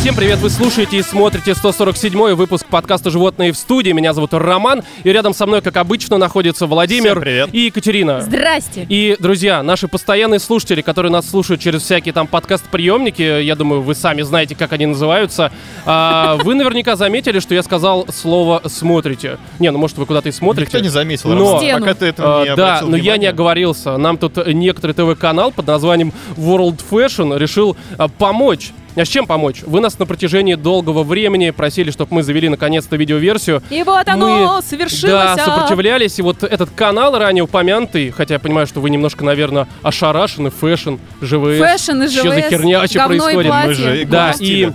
Всем привет, вы слушаете и смотрите 147-й выпуск подкаста «Животные в студии». Меня зовут Роман, и рядом со мной, как обычно, находятся Владимир Всем привет. и Екатерина. Здрасте. И, друзья, наши постоянные слушатели, которые нас слушают через всякие там подкаст-приемники, я думаю, вы сами знаете, как они называются, а, вы наверняка заметили, что я сказал слово «смотрите». Не, ну, может, вы куда-то и смотрите. Никто не заметил, Но- Роман, Стену. пока ты А, этого не да, обратил но я не внимания. оговорился. Нам тут э, некоторый ТВ-канал под названием World Fashion решил а, помочь. А с чем помочь? Вы нас на протяжении долгого времени просили, чтобы мы завели наконец-то видеоверсию. И вот оно совершилось. Да, а. сопротивлялись. И вот этот канал, ранее упомянутый, хотя я понимаю, что вы немножко, наверное, ошарашены, фэшн, живые. Фэшн и ЖВС. Что за херня вообще говно происходит? И платье. Мы же Да, Икона и стиля.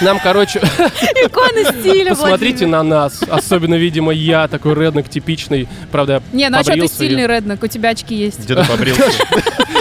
нам, короче, Икона стиля, посмотрите Владимир. на нас. Особенно, видимо, я, такой реднок типичный. Правда, я Не, ну а что ты побрился и- стильный, Реднок? У тебя очки есть. Где ты побрился?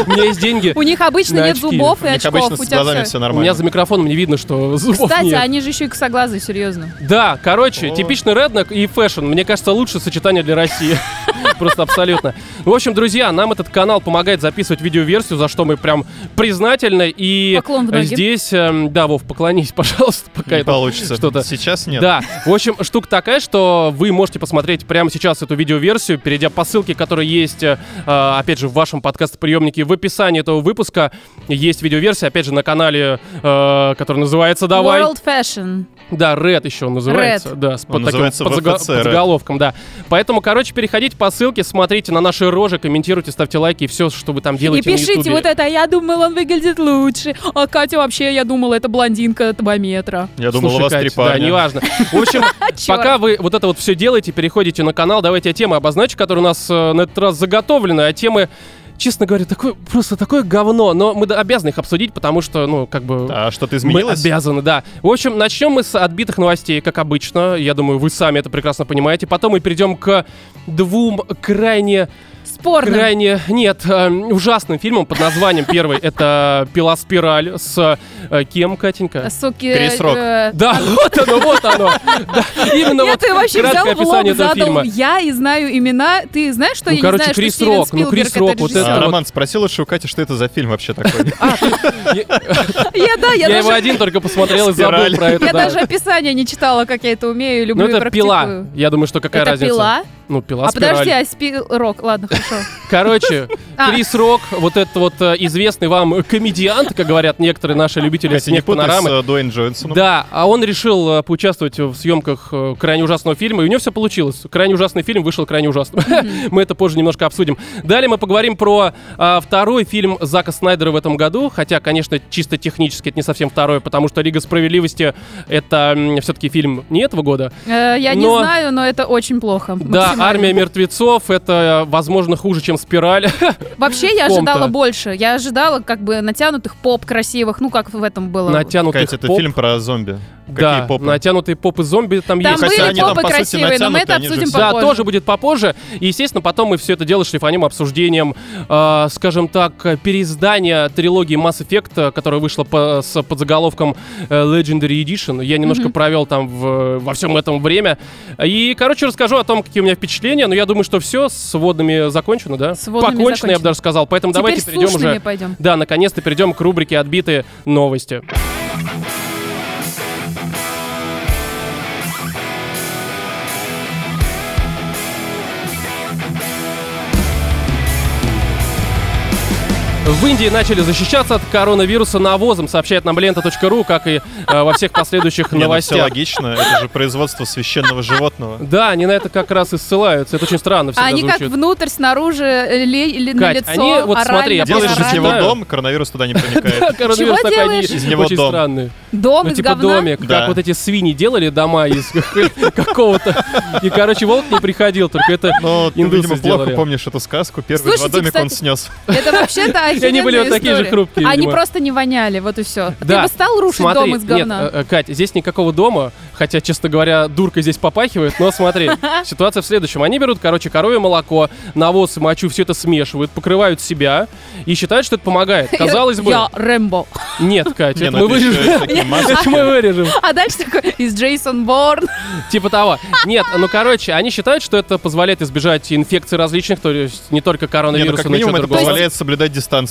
У меня есть деньги. У них обычно На нет очки. зубов У и них очков. обычно У с тебя глазами всё. все У меня за нормально. микрофоном не видно, что зубов Кстати, нет. они же еще и косоглазые, серьезно. Да, короче, О. типичный реднок и фэшн. Мне кажется, лучшее сочетание для России. Просто абсолютно. В общем, друзья, нам этот канал помогает записывать видеоверсию, за что мы прям признательны. И Поклон в ноги. здесь, эм, да, Вов, поклонись, пожалуйста, пока Не это получится. что-то. Сейчас нет. Да, в общем, штука такая, что вы можете посмотреть прямо сейчас эту видеоверсию, перейдя по ссылке, которая есть, э, э, опять же, в вашем подкаст-приемнике в описании этого выпуска. Есть видеоверсия, опять же, на канале, э, который называется «Давай». World Fashion. Да, Red еще он называется. Red. Да, с под Он таким называется подзага- VFC Red. подзаголовком, да. Поэтому, короче, переходите по ссылке, смотрите на наши рожи, комментируйте, ставьте лайки и все, что вы там И делаете на пишите Ютубе. вот это, я думал, он выглядит лучше. А Катя вообще, я думала, это блондинка 2 метра. Я думал, у Слушай, вас три Кать, Да, парня. неважно. В общем, А Чёрт. пока вы вот это вот все делаете, переходите на канал, давайте я темы обозначу, которые у нас э, на этот раз заготовлены, а темы Честно говоря, такое, просто такое говно, но мы д- обязаны их обсудить, потому что, ну, как бы... А что-то изменилось? Мы обязаны, да. В общем, начнем мы с отбитых новостей, как обычно. Я думаю, вы сами это прекрасно понимаете. Потом мы перейдем к двум крайне, Спорно. крайне, нет, э, ужасным фильмам под названием. Первый это «Пила спираль» с э, кем, Катенька? Суки. Крис э, Рок. э, Да, вот оно, вот оно. Да, Именно Нет, Ну вот ты вообще взял краткое в лоб, описание этого задал. фильма. Я и знаю имена. Ты знаешь, что Ну, я не короче, знаю, что Крис Стивен Рок, ну, Спилберг Крис Рок, это вот А, это режиссер. вот. Роман, спроси лучше у Кати, что это за фильм вообще такой. Я, да, я Я его даже- один только посмотрел и забыл Спираль. про это. Я да. даже описание не читала, как я это умею, люблю Ну, и это пила. практикую. Я думаю, что какая Это разница. пила? Ну, пила, А спираль. подожди, а спил рок, ладно, хорошо. Короче, А. Крис Рок, вот этот вот э, известный вам комедиант, как говорят некоторые наши любители Катя, не снег путай с панорамы. э, Дуэйн Джонсоном. Да, а он решил э, поучаствовать в съемках э, крайне ужасного фильма, и у него все получилось. Крайне ужасный фильм вышел крайне ужасным. Мы это позже немножко обсудим. Далее мы поговорим про э, второй фильм Зака Снайдера в этом году, хотя, конечно, чисто технически это не совсем второй, потому что Лига справедливости это все-таки фильм не этого года, Э, Я не Но- знаю, но это очень плохо. да, максимально. армия мертвецов это, э, возможно, хуже, чем спираль. Вообще я в ком-то. ожидала больше. Я ожидала как бы натянутых поп красивых, ну как в этом было. Натянутых Катя, это поп. фильм про зомби. Да, Какие попы? натянутые попы зомби там, Там есть. Ну, хотя были они там, попы по сути, красивые, но мы это натянутые, они же обсудим все- Да, попозже. тоже будет попозже. И, естественно, потом мы все это дело шлифанем обсуждением, э, скажем так, э, переиздания трилогии Mass Effect, э, которая вышла по- с подзаголовком э, Legendary Edition. Я немножко провел там в- во всем этом время. И, короче, расскажу о том, какие у меня впечатления. Но я думаю, что все с водными закончено, да? С вводными Покончено, я бы закончено. даже сказал. Поэтому Теперь давайте с перейдем слушными уже. пойдем. Да, наконец-то перейдем к рубрике «Отбитые новости». В Индии начали защищаться от коронавируса навозом, сообщает нам лента.ру, как и э, во всех последующих Не, ну все новостях. логично, это же производство священного животного. Да, они на это как раз и ссылаются. Это очень странно всегда Они как звучит. внутрь, снаружи, э, ле- или на Кать, лицо, они- вот орально, смотри, я просто Делаешь из орально. него знаю. дом, коронавирус туда не проникает. Коронавирус Чего такой, они делаешь? Из него очень дом. странные. Дом Ну, из типа говна? домик, Да. как вот эти свиньи делали дома из какого-то. И, короче, волк не приходил, только это Но Ну, ты, индусы видимо, плохо сделали. помнишь эту сказку. Первый два Слушайте, домика он кстати, снес. Это вообще-то И они были вот офигенная такие же история. хрупкие, Они видимо. просто не воняли, вот и все. Ты Да. бы стал рушить Смотри, э, дом из говна? Нет, э, э, Кать, здесь никакого дома, хотя, честно говоря, дурка здесь попахивает, но смотри, ситуация в следующем. Они берут, короче, коровье молоко, навоз и мочу, все это смешивают, покрывают себя и считают, что это помогает. Казалось бы... Я Рэмбо. Нет, Катя, Не, это ну мы это еще вырежем. такие маски. Это мы вырежем. А дальше такой, из Джейсон Борн. Типа того. Нет, ну короче, они считают, что это позволяет избежать инфекций различных, то есть не только Не, ну коронавируса, как но и минимум чего это другого. позволяет соблюдать дистанцию.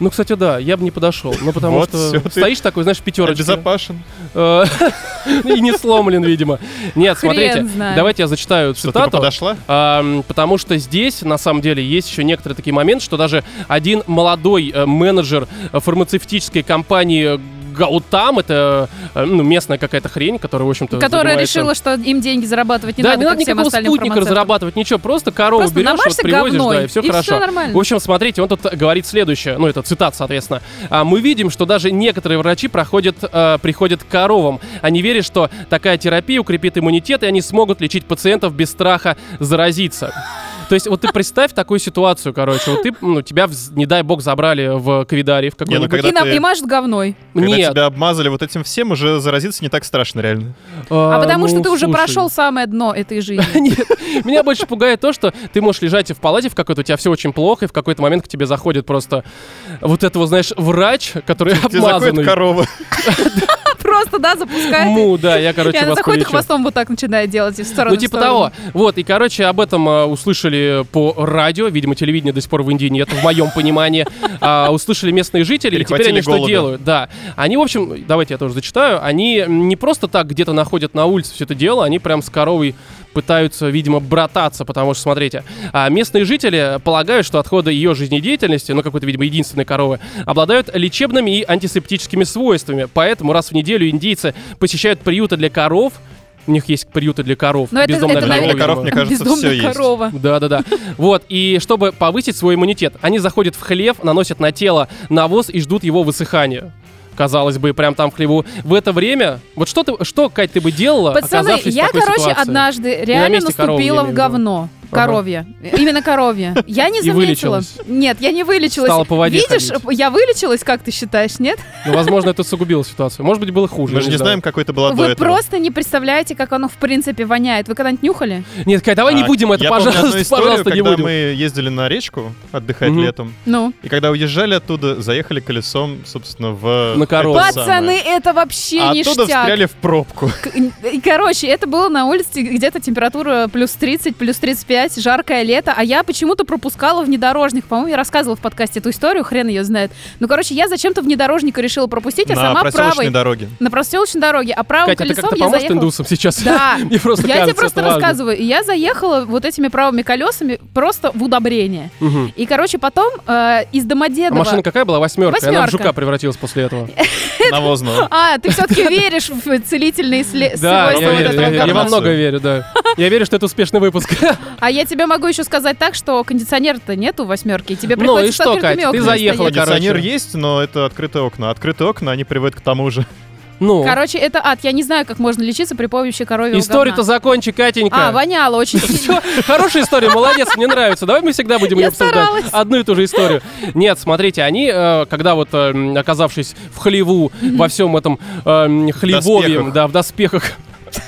Ну, кстати, да, я бы не подошел. Ну, потому Вот что всё, ты стоишь такой, знаешь, пятерочка. Обезопашен. Э, И не сломлен, видимо. Нет, Хрен смотрите, знает. давайте я зачитаю Что, ты бы цитату. подошла? Ам, Потому что здесь, на самом деле, есть еще некоторые такие моменты, что даже один молодой э, менеджер э, фармацевтической компании Гаутам, это э, ну, местная какая-то хрень, которая, в общем-то, Которая занимается- решила, что им деньги зарабатывать не да, надо, не как надо всем никакого остальным спутника фармацевтам. разрабатывать, ничего, просто корову Просто берешь, вот намажься привозишь, говной, да, и все и всё хорошо. нормально. В общем, смотрите, он тут говорит следующее, ну это цитат, соответственно. «А, мы видим, что даже некоторые врачи проходят, э, приходят к коровам. Они верят, что такая терапия укрепит иммунитет, и они смогут лечить пациентов без страха заразиться. То есть вот ты представь такую ситуацию, короче, вот ты, ну, тебя, вз- не дай бог, забрали в квидарий в Не, ну, какой-нибудь... когда И, на- ты- и машут говной. Когда Нет. тебя обмазали вот этим всем, уже заразиться не так страшно, реально. А, потому ну, что ты уже слушай. прошел самое дно этой жизни. Нет, меня больше пугает то, что ты можешь лежать и в палате в какой-то, у тебя все очень плохо, и в какой-то момент к тебе заходит просто вот этого, знаешь, врач, который Тебе заходит обмазанный. корова. Просто, да, запускает. Му, да, я, И короче, она вас заходит и полечу. хвостом вот так начинает делать и в сторону. Ну, в типа сторону. того. Вот, и, короче, об этом э, услышали по радио. Видимо, телевидения до сих пор в Индии нет, в моем понимании. А, услышали местные жители, и теперь Перехватили они что голода. делают? Да. Они, в общем, давайте я тоже зачитаю. Они не просто так где-то находят на улице все это дело, они прям с коровой пытаются, видимо, брататься, потому что, смотрите, а, местные жители полагают, что отходы ее жизнедеятельности, ну, какой-то, видимо, единственной коровы, обладают лечебными и антисептическими свойствами. Поэтому раз в неделю индейцы посещают приюты для коров, у них есть приюты для коров. Но это- бездомная это, корова, наверное, Для видимо. коров, мне кажется, Бездомная всё есть. корова. Да, да, да. Вот, и чтобы повысить свой иммунитет, они заходят в хлев, наносят на тело навоз и ждут его высыхания. Казалось бы, прям там в хлеву. В это время, вот что ты, что, Кать, ты бы делала, Пацаны, оказавшись в я, такой короче, ситуации? однажды реально месте коровы, я имею наступила в в виду. говно. Ага. Коровье. Именно коровье. Я не И заметила. вылечилась. Нет, я не вылечилась. Стала по воде Видишь, ходить. я вылечилась, как ты считаешь, нет? Ну, возможно, это усугубило ситуацию. Может быть, было хуже. Мы я же не знаем, какой это была до Вы этого. просто не представляете, как оно в принципе воняет. Вы когда-нибудь нюхали? знаю. Нет, Кать, давай не А, будем это, я помню пожалуйста, одну историю, пожалуйста, не когда будем. мы ездили на речку отдыхать Мгм. летом, Ну. и когда уезжали оттуда, заехали колесом, собственно, в... На корову. это Пацаны, самое. это вообще А ништяк. оттуда встряли в пробку. К- и, Короче, это было на улице где-то температура плюс 30, плюс 35, жаркое лето, а я почему-то пропускала внедорожник. По-моему, я рассказывала в подкасте эту историю, хрен ее знает. Ну, короче, я зачем-то внедорожника решила пропустить, а На сама правой... проселочной дороге. На проселочной дороге, а правым Катя, ты колесом как-то я поможешь заехала... индусам сейчас? Да. Мне просто Я тебе кажется, просто это важно. рассказываю. И я заехала вот этими правыми колесами просто в удобрение. Мгм. И, короче, потом э, из А Домодедова... машина какая была? Восьмерка. И Она в Восьмерка. жука превратилась после этого. Навозного. А, ты все-таки веришь в целительные сле- Да, свойства я, вот верю, этого я, верю. Я во говна? много верю, да. Я верю, что это успешный выпуск. А я тебе могу еще сказать так, что кондиционера-то нету в восьмерке, и тебе Ну приходится и с что, открытыми Кать, ты окнами заехала, стоять. Кондиционер короче. есть, но это открытые окна. Открытые окна, они приводят к тому же. Ну, Короче, это ад. Я не знаю, как можно лечиться при помощи коровьего историю-то говна. закончи, Катенька. А, воняло очень сильно. Всё, хорошая история, молодец, мне нравится. Давай мы всегда будем ее Я обсуждать. старалась. Одну и ту же историю. Нет, смотрите, они, э, когда вот э, м, оказавшись в хлеву, во всем этом э, м, хлевовьем, доспехах. да, в доспехах.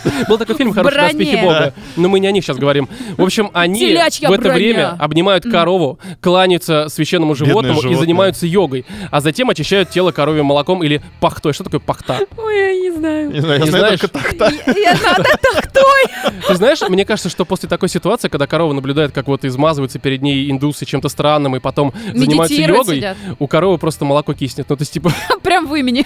Был такой фильм «Хорошие броне. доспехи Бога». Но мы не о них сейчас говорим. В общем, они Телячья в это броня. время обнимают корову, кланяются священному Бедные животному и животные. занимаются йогой. А затем очищают тело коровьим молоком или пахтой. Что такое пахта? Ой, я не знаю. Не знаю, я Не знаю знаешь? только так. Я надо тактой. Ты знаешь, мне кажется, что после такой ситуации, когда корова наблюдает, как вот измазываются перед ней индусы чем-то странным, и потом занимаются Медитировать йогой, сидят. у коровы просто молоко киснет. Ну, то есть, типа, Прям в имени.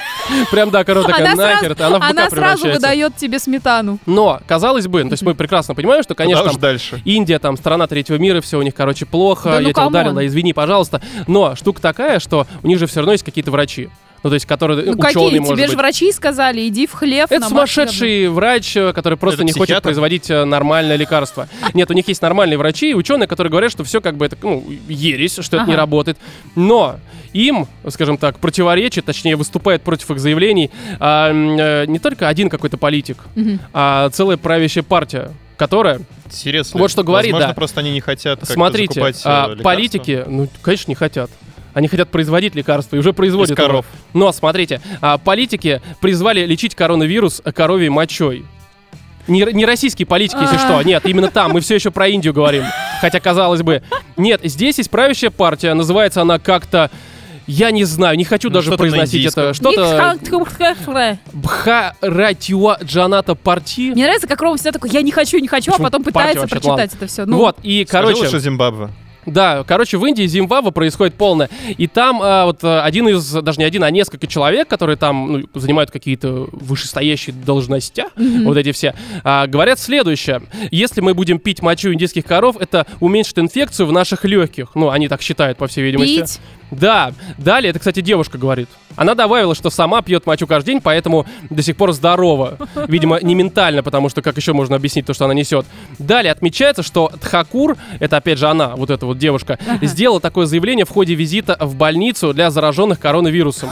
прям, да, корова такая, Она нахер, ты», сразу- она в быка она сразу превращается. выдает тебе сметану. Но, казалось бы, ну, то есть мы прекрасно понимаем, что, конечно, Куда уж там дальше. Индия, там, страна третьего мира, все у них, короче, плохо, Да ну я тебя камон. ударил, да, извини, пожалуйста. Но штука такая, что у них же все равно есть какие-то врачи. Ну, то есть, которые Ну ученые, какие? может Тебе же быть. врачи сказали, иди в хлев. Это намажь сумасшедший врач, э, который просто Это не хочет психиатр? производить э, нормальное лекарство. Нет, у них есть нормальные врачи и ученые, которые говорят, что все как бы это ну, ересь, что это Ага. не работает. Но им, скажем так, противоречит, точнее выступает против их заявлений а, м, э, не только один какой-то политик, Мгм. а целая правящая партия, которая Интересно. Вот что говорит, Возможно, да. просто они не хотят как-то Смотрите, закупать, э, а, лекарства. политики, ну, конечно, не хотят. Они хотят производить лекарства и уже производят. Из коров. его. Но смотрите, а, политики призвали лечить коронавирус э, коровьей мочой. Не, не российские политики, если А. что. Нет, именно там. Мы все еще про Индию говорим. Хотя, казалось бы. Нет, здесь есть правящая партия. Называется она как-то... Я не знаю, не хочу Ну, даже что-то на произносить это. индийском. Что-то... Мне Бхаратюа Джаната Парти. нравится, как Ром всегда такой, я не хочу, не хочу, а Почему потом партия пытается вообще? прочитать Ладно. это все. Ну, вот, и, короче... Скажи лучше Зимбабве. Да, короче, в Индии Зимбабве происходит полное. И там а, вот а, один из, даже не один, а несколько человек, которые там ну, занимают какие-то вышестоящие должности, вот эти все, а, говорят следующее. Если мы будем пить мочу индийских коров, это уменьшит инфекцию в наших легких. Ну, они так считают, по всей видимости. пить. Да, далее, это, кстати, девушка говорит. Она добавила, что сама пьет мочу каждый день, поэтому до сих пор здорова. Видимо, не ментально, потому что как еще можно объяснить то, что она несет. Далее отмечается, что Тхакур, это опять же она, вот эта вот девушка, сделала такое заявление в ходе визита в больницу для зараженных коронавирусом.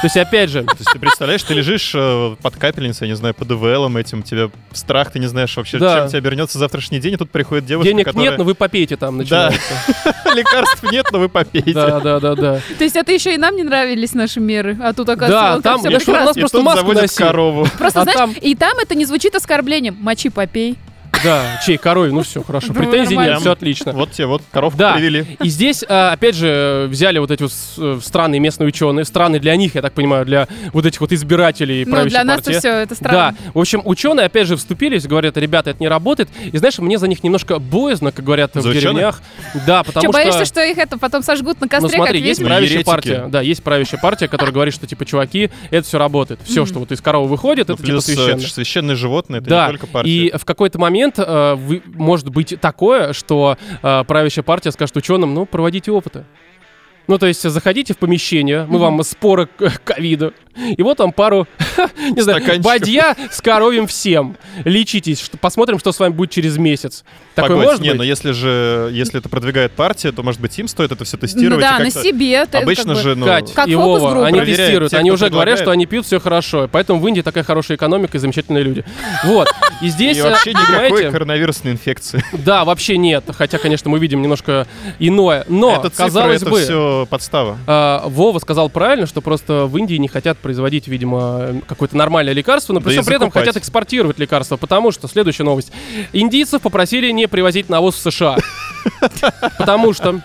То есть, опять же, То есть ты представляешь, ты лежишь э, под капельницей, я не знаю, под ИВЛом этим, тебе страх, ты не знаешь вообще, Да. чем тебе обернется завтрашний день, и тут приходит девушка, денег которая... нет, но вы попейте там, Да. начинается. Лекарств нет, но вы попейте. Да, да, да, да. То есть это еще и нам не нравились наши меры, а тут Да, оказывается, там все я шел, у прекрасно. нас И просто тут маску заводят носи. корову. Просто, а знаешь, там- и там это не звучит оскорблением. Мочи попей. Да, чей, коровий, ну все, хорошо. Думаю, Претензий нет, нормально. все отлично. Вот тебе, вот коровку Да. привели. И здесь, а, опять же, э, взяли вот эти вот с- э, странные местные ученые, странные для них, я так понимаю, для вот этих вот избирателей Но правящей Ну, для нас партии. это все, это Да, странно. в общем, ученые опять же вступились, говорят, ребята, это не работает. И знаешь, мне за них немножко боязно, как говорят За в ученых? деревнях. Да, потому Че, что... боишься, что их это потом сожгут на Ну костре, как смотри, есть ведьм? ведьмы? правящая Еретики. партия, да, есть правящая партия, которая говорит, что типа, чуваки, это все работает, все, что вот из коровы выходит, Ну, это типа Плюс э, священно. это ж священные животные, это Да, не только партия. И в какой-то момент э, вы- может быть такое, что э, правящая партия скажет ученым, ну, проводите опыты. Ну, то есть, заходите в помещение, мы вам споры к- ковида, и вот вам пару, не знаю, Стаканчиков. бадья с коровьем всем. Лечитесь, что- посмотрим, что с вами будет через месяц. Такое Погодь, может не, но быть? если же, если это продвигает партия, то, может быть, им стоит это все тестировать. Ну и да, на как-то- себе. ты Обычно как бы- же, ну... Кать Как и фокус-группа. Вова, они Проверяют тестируют, тех, они кто уже говорят, предлагает. что они пьют все хорошо, поэтому в Индии такая хорошая экономика и замечательные люди. Вот, и здесь, И э, вообще никакой понимаете, коронавирусной инфекции. Да, вообще нет. Хотя, конечно, мы видим немножко иное. Но, это цифры, казалось это бы, все подстава. а, Вова сказал правильно, что просто в Индии не хотят производить, видимо, какое-то нормальное лекарство, но Да при и всем при этом закупать. хотят экспортировать лекарства, потому что, следующая новость, индийцев попросили не привозить навоз в США. Потому что ну,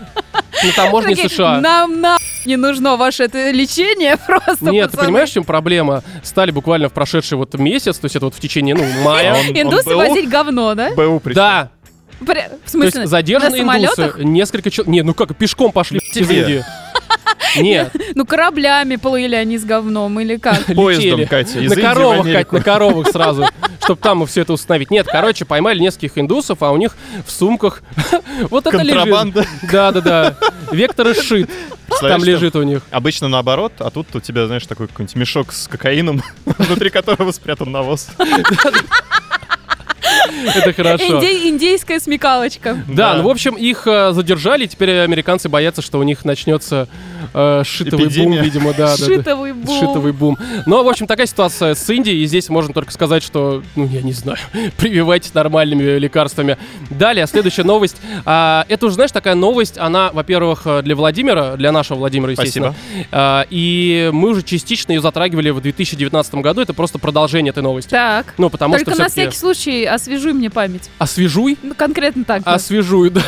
на таможне Такие, США... Нам на не нужно ваше это лечение просто. Нет, ты пацаны». понимаешь, в чем проблема? Стали буквально в прошедший вот месяц, то есть это вот в течение, ну, мая. А он- он Индусы был? возить говно, да? БУ причем. Да, При- В то смысле? есть задержаны на индусы, самолетах? несколько человек... Не, ну как, пешком пошли из Тебе. Индии. Нет, Ну, кораблями плыли они с говном или как? Поездом, летели. Катя, из на Индии в коровах, Кать, Америку. на коровах сразу, чтобы там все это установить. Нет, короче, поймали нескольких индусов, а у них в сумках вот это лежит. Контрабанда. Да-да-да. Вектор и шит там Представляешь, лежит у них. Обычно наоборот, а тут у тебя, знаешь, такой какой-нибудь мешок с кокаином, внутри которого спрятан навоз. Это хорошо. Инди- Индейская смекалочка. Да, Да. ну в общем их э, задержали, теперь американцы боятся, что у них начнется э, шитовый бум, Эпидемия. видимо, да, да, да. Шитовый бум. Шитовый бум. Но, в общем, такая ситуация с Индией. И здесь можно только сказать, что, ну, я не знаю, прививайтесь нормальными лекарствами. Далее, следующая новость. А, это уже, знаешь, такая новость, она, во-первых, э, для Владимира, для нашего Владимира, естественно. А, и мы уже частично ее затрагивали в 2019 году. Это просто продолжение этой новости. Так. Ну, потому Только что на все-таки... всякий случай освежуй мне память. Освежуй? Ну, конкретно так. А да. Освежуй, да.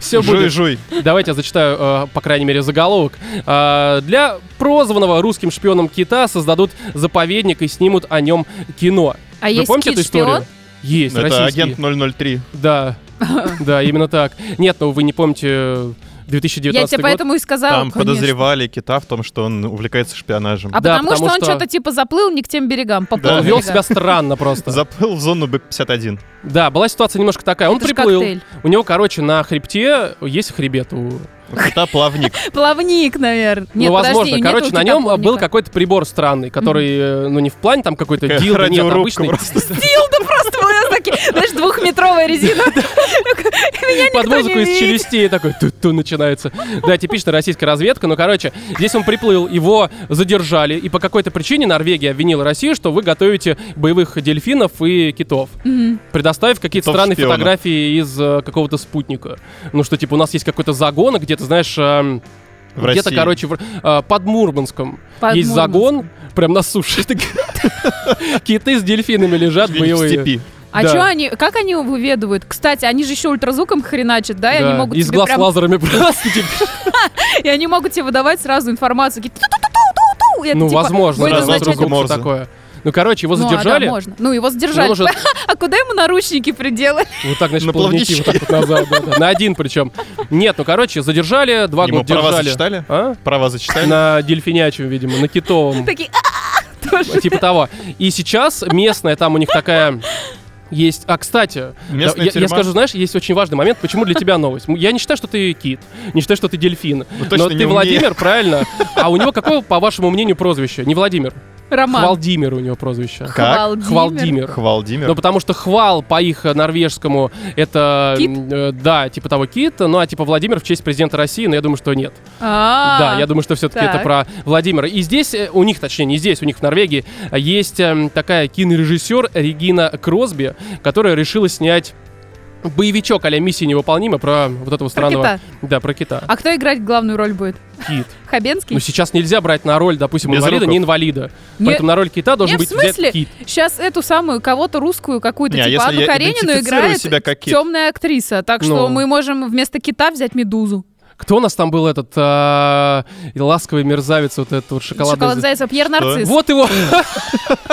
Все будет. Жуй-жуй. Давайте я зачитаю, э, по крайней мере, заголовок. Э, для прозванного русским шпионом кита создадут заповедник и снимут о нем кино. А Вы есть помните эту историю? кит-шпион? Есть, Это российский. агент 003. Да, да, именно так. Нет, ну вы не помните Я 2019 тебе год. поэтому и сказала. Там конечно. подозревали кита в том, что он увлекается шпионажем. А Да, потому, потому что он что- что-то типа заплыл не к тем берегам. Поплыл Он Да. вел берега. себя странно просто. Заплыл в зону Б-51. Да, была ситуация немножко такая. Он Это ж приплыл. коктейль. У него, короче, на хребте есть хребет у У Кита плавник. Плавник, наверное. Нет, ну, возможно. подожди, нету Короче, у на тебя нем а, был плавника. какой-то прибор странный, который, э, ну, не в плане там какой-то Такая дилда, нет, радиорубка обычный. просто. Дилда просто у нас такие, знаешь, двухметровая резина. под никто не музыку из видит. челюстей такой ту-ту начинается. Да, типичная российская разведка. Но, короче, здесь он приплыл, его задержали, и по какой-то причине Норвегия обвинила Россию, что вы готовите боевых дельфинов и китов, предоставив какие-то Китов странные шпионов. фотографии из э, какого-то спутника. Ну, что, типа, у нас есть какой-то загон, а где-то, знаешь... эм, В Где-то, России. короче, в- э, под Мурманском Под есть Мурманском. загон, прям на суше. Киты с дельфинами лежат Где-нибудь в боевые. степи. А Да. чё они, как они выведывают? Кстати, они же еще ультразвуком хреначат, да? И А они Да, могут и с тебе глаз прям- лазерами просто типа, тебе- И они могут тебе выдавать сразу информацию. какие-то ту-ту-ту-ту-ту, и это, Ну, типа, возможно, будет раз Сразу означать- руку вдруг Морзе. такое. Ну, короче, его Ну, а, да, задержали. можно. Ну, его Ну, он задержали. уже А куда ему наручники приделали? Вот так, значит, На плавники вот так вот назад. да, да. На один причем. Нет, ну, короче, задержали, два Ему года права держали. зачитали? А? Права зачитали? На дельфинячем, видимо, на китовом. Такие, «А-а-а!» тоже. Типа того. И сейчас местная, там у них такая есть... А, кстати, я, Местная я тюрьма. скажу, знаешь, есть очень важный момент, почему для тебя новость. М, Я не считаю, что ты кит, не считаю, что ты дельфин. Ну, точно но не ты умнее. Владимир, правильно? А у него какое, по вашему мнению, прозвище? Не Владимир. Роман. Хвалдимир у него прозвище. Как? Хвалдимир. Хвалдимир. Хвалдимир. Ну, потому что хвал по их э, норвежскому это... Кит? м, э, да, типа того кит, ну а типа Владимир в честь президента России, но я думаю, что нет. А, Да, я думаю, что все-таки это так. про Владимира. И здесь, э, у них, точнее, не здесь, у них в Норвегии, э, есть эм, такая кинорежиссер Регина Кросби, которая решила снять боевичок а «Миссия невыполнима» про вот этого странного... кита. Да, про кита. А кто играть главную роль будет? Кит. Хабенский? Ну, сейчас нельзя брать на роль, допустим, Без инвалида, рукав. не инвалида. Не- Поэтому на роль кита должен не, в быть взят смысле? кит. Сейчас эту самую кого-то русскую какую-то, Не, а типа если Анну я Каренину идентифицирую играет себя как кит? темная актриса. Так Ну. что мы можем вместо кита взять медузу. Кто у нас там был этот а, ласковый мерзавец, вот этот вот шоколадный... Шоколад зайца. Пьер Нарцисс. Вот его.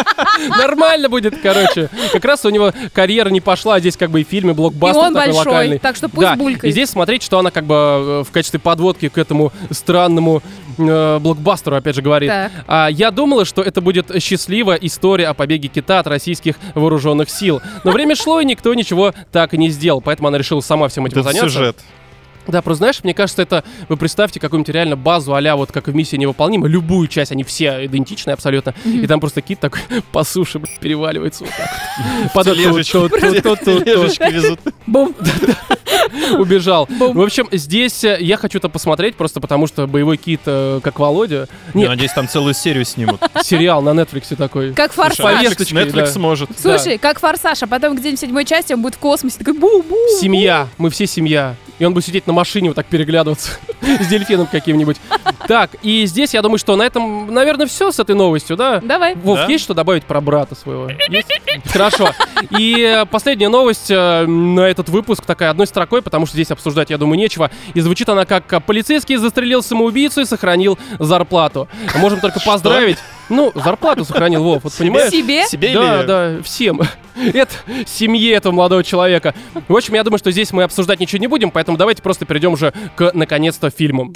Нормально будет, короче. Как раз у него карьера не пошла, а здесь как бы и фильмы, блокбастер И он такой большой, локальный. так что пусть да. булькает. И здесь смотреть, что она как бы э, в качестве подводки к этому странному э, блокбастеру, опять же, говорит. Так. А, я думала, что это будет счастливая история о побеге кита от российских вооруженных сил. Но время шло, и никто ничего так и не сделал. Поэтому она решила сама всем этим Это заняться. сюжет. Да, просто знаешь, мне кажется, это вы представьте какую-нибудь реально базу а вот как в миссии невыполнима, любую часть, они все идентичны абсолютно. И там просто кит такой по суше блядь, переваливается вот так вот. Падает тележечку. тут, тут, тут, тут, тут, тут. Тележечки везут. Бум. убежал. Бум. В общем, здесь э, я хочу это посмотреть, просто потому что боевой кит, э, как Володя. Я Нет, надеюсь, там целую серию снимут. сериал на Netflix такой. Как Слушай, а форсаж. если- Netflix Повесточкой, да. Netflix может. Слушай, как форсаж, а потом где-нибудь в седьмой части он будет в космосе. Такой бу-бу. Семья, мы все семья. И он будет сидеть на машине вот так переглядываться с дельфином каким-нибудь. Так, и здесь я думаю, что на этом, наверное, все с этой новостью, да? Давай. Вов, Да? есть что добавить про брата своего? Есть? Хорошо. И э, последняя новость э, на этот выпуск такая одной строкой, потому что здесь обсуждать, я думаю, нечего. И звучит она как э, «Полицейский застрелил самоубийцу и сохранил зарплату». Можем только поздравить. Ну, зарплату сохранил, Вов, вот понимаешь? Себе? Себе да, или... да, всем. Это семье этого молодого человека. В общем, я думаю, что здесь мы обсуждать ничего не будем, поэтому давайте просто перейдем уже к, наконец-то, фильмам.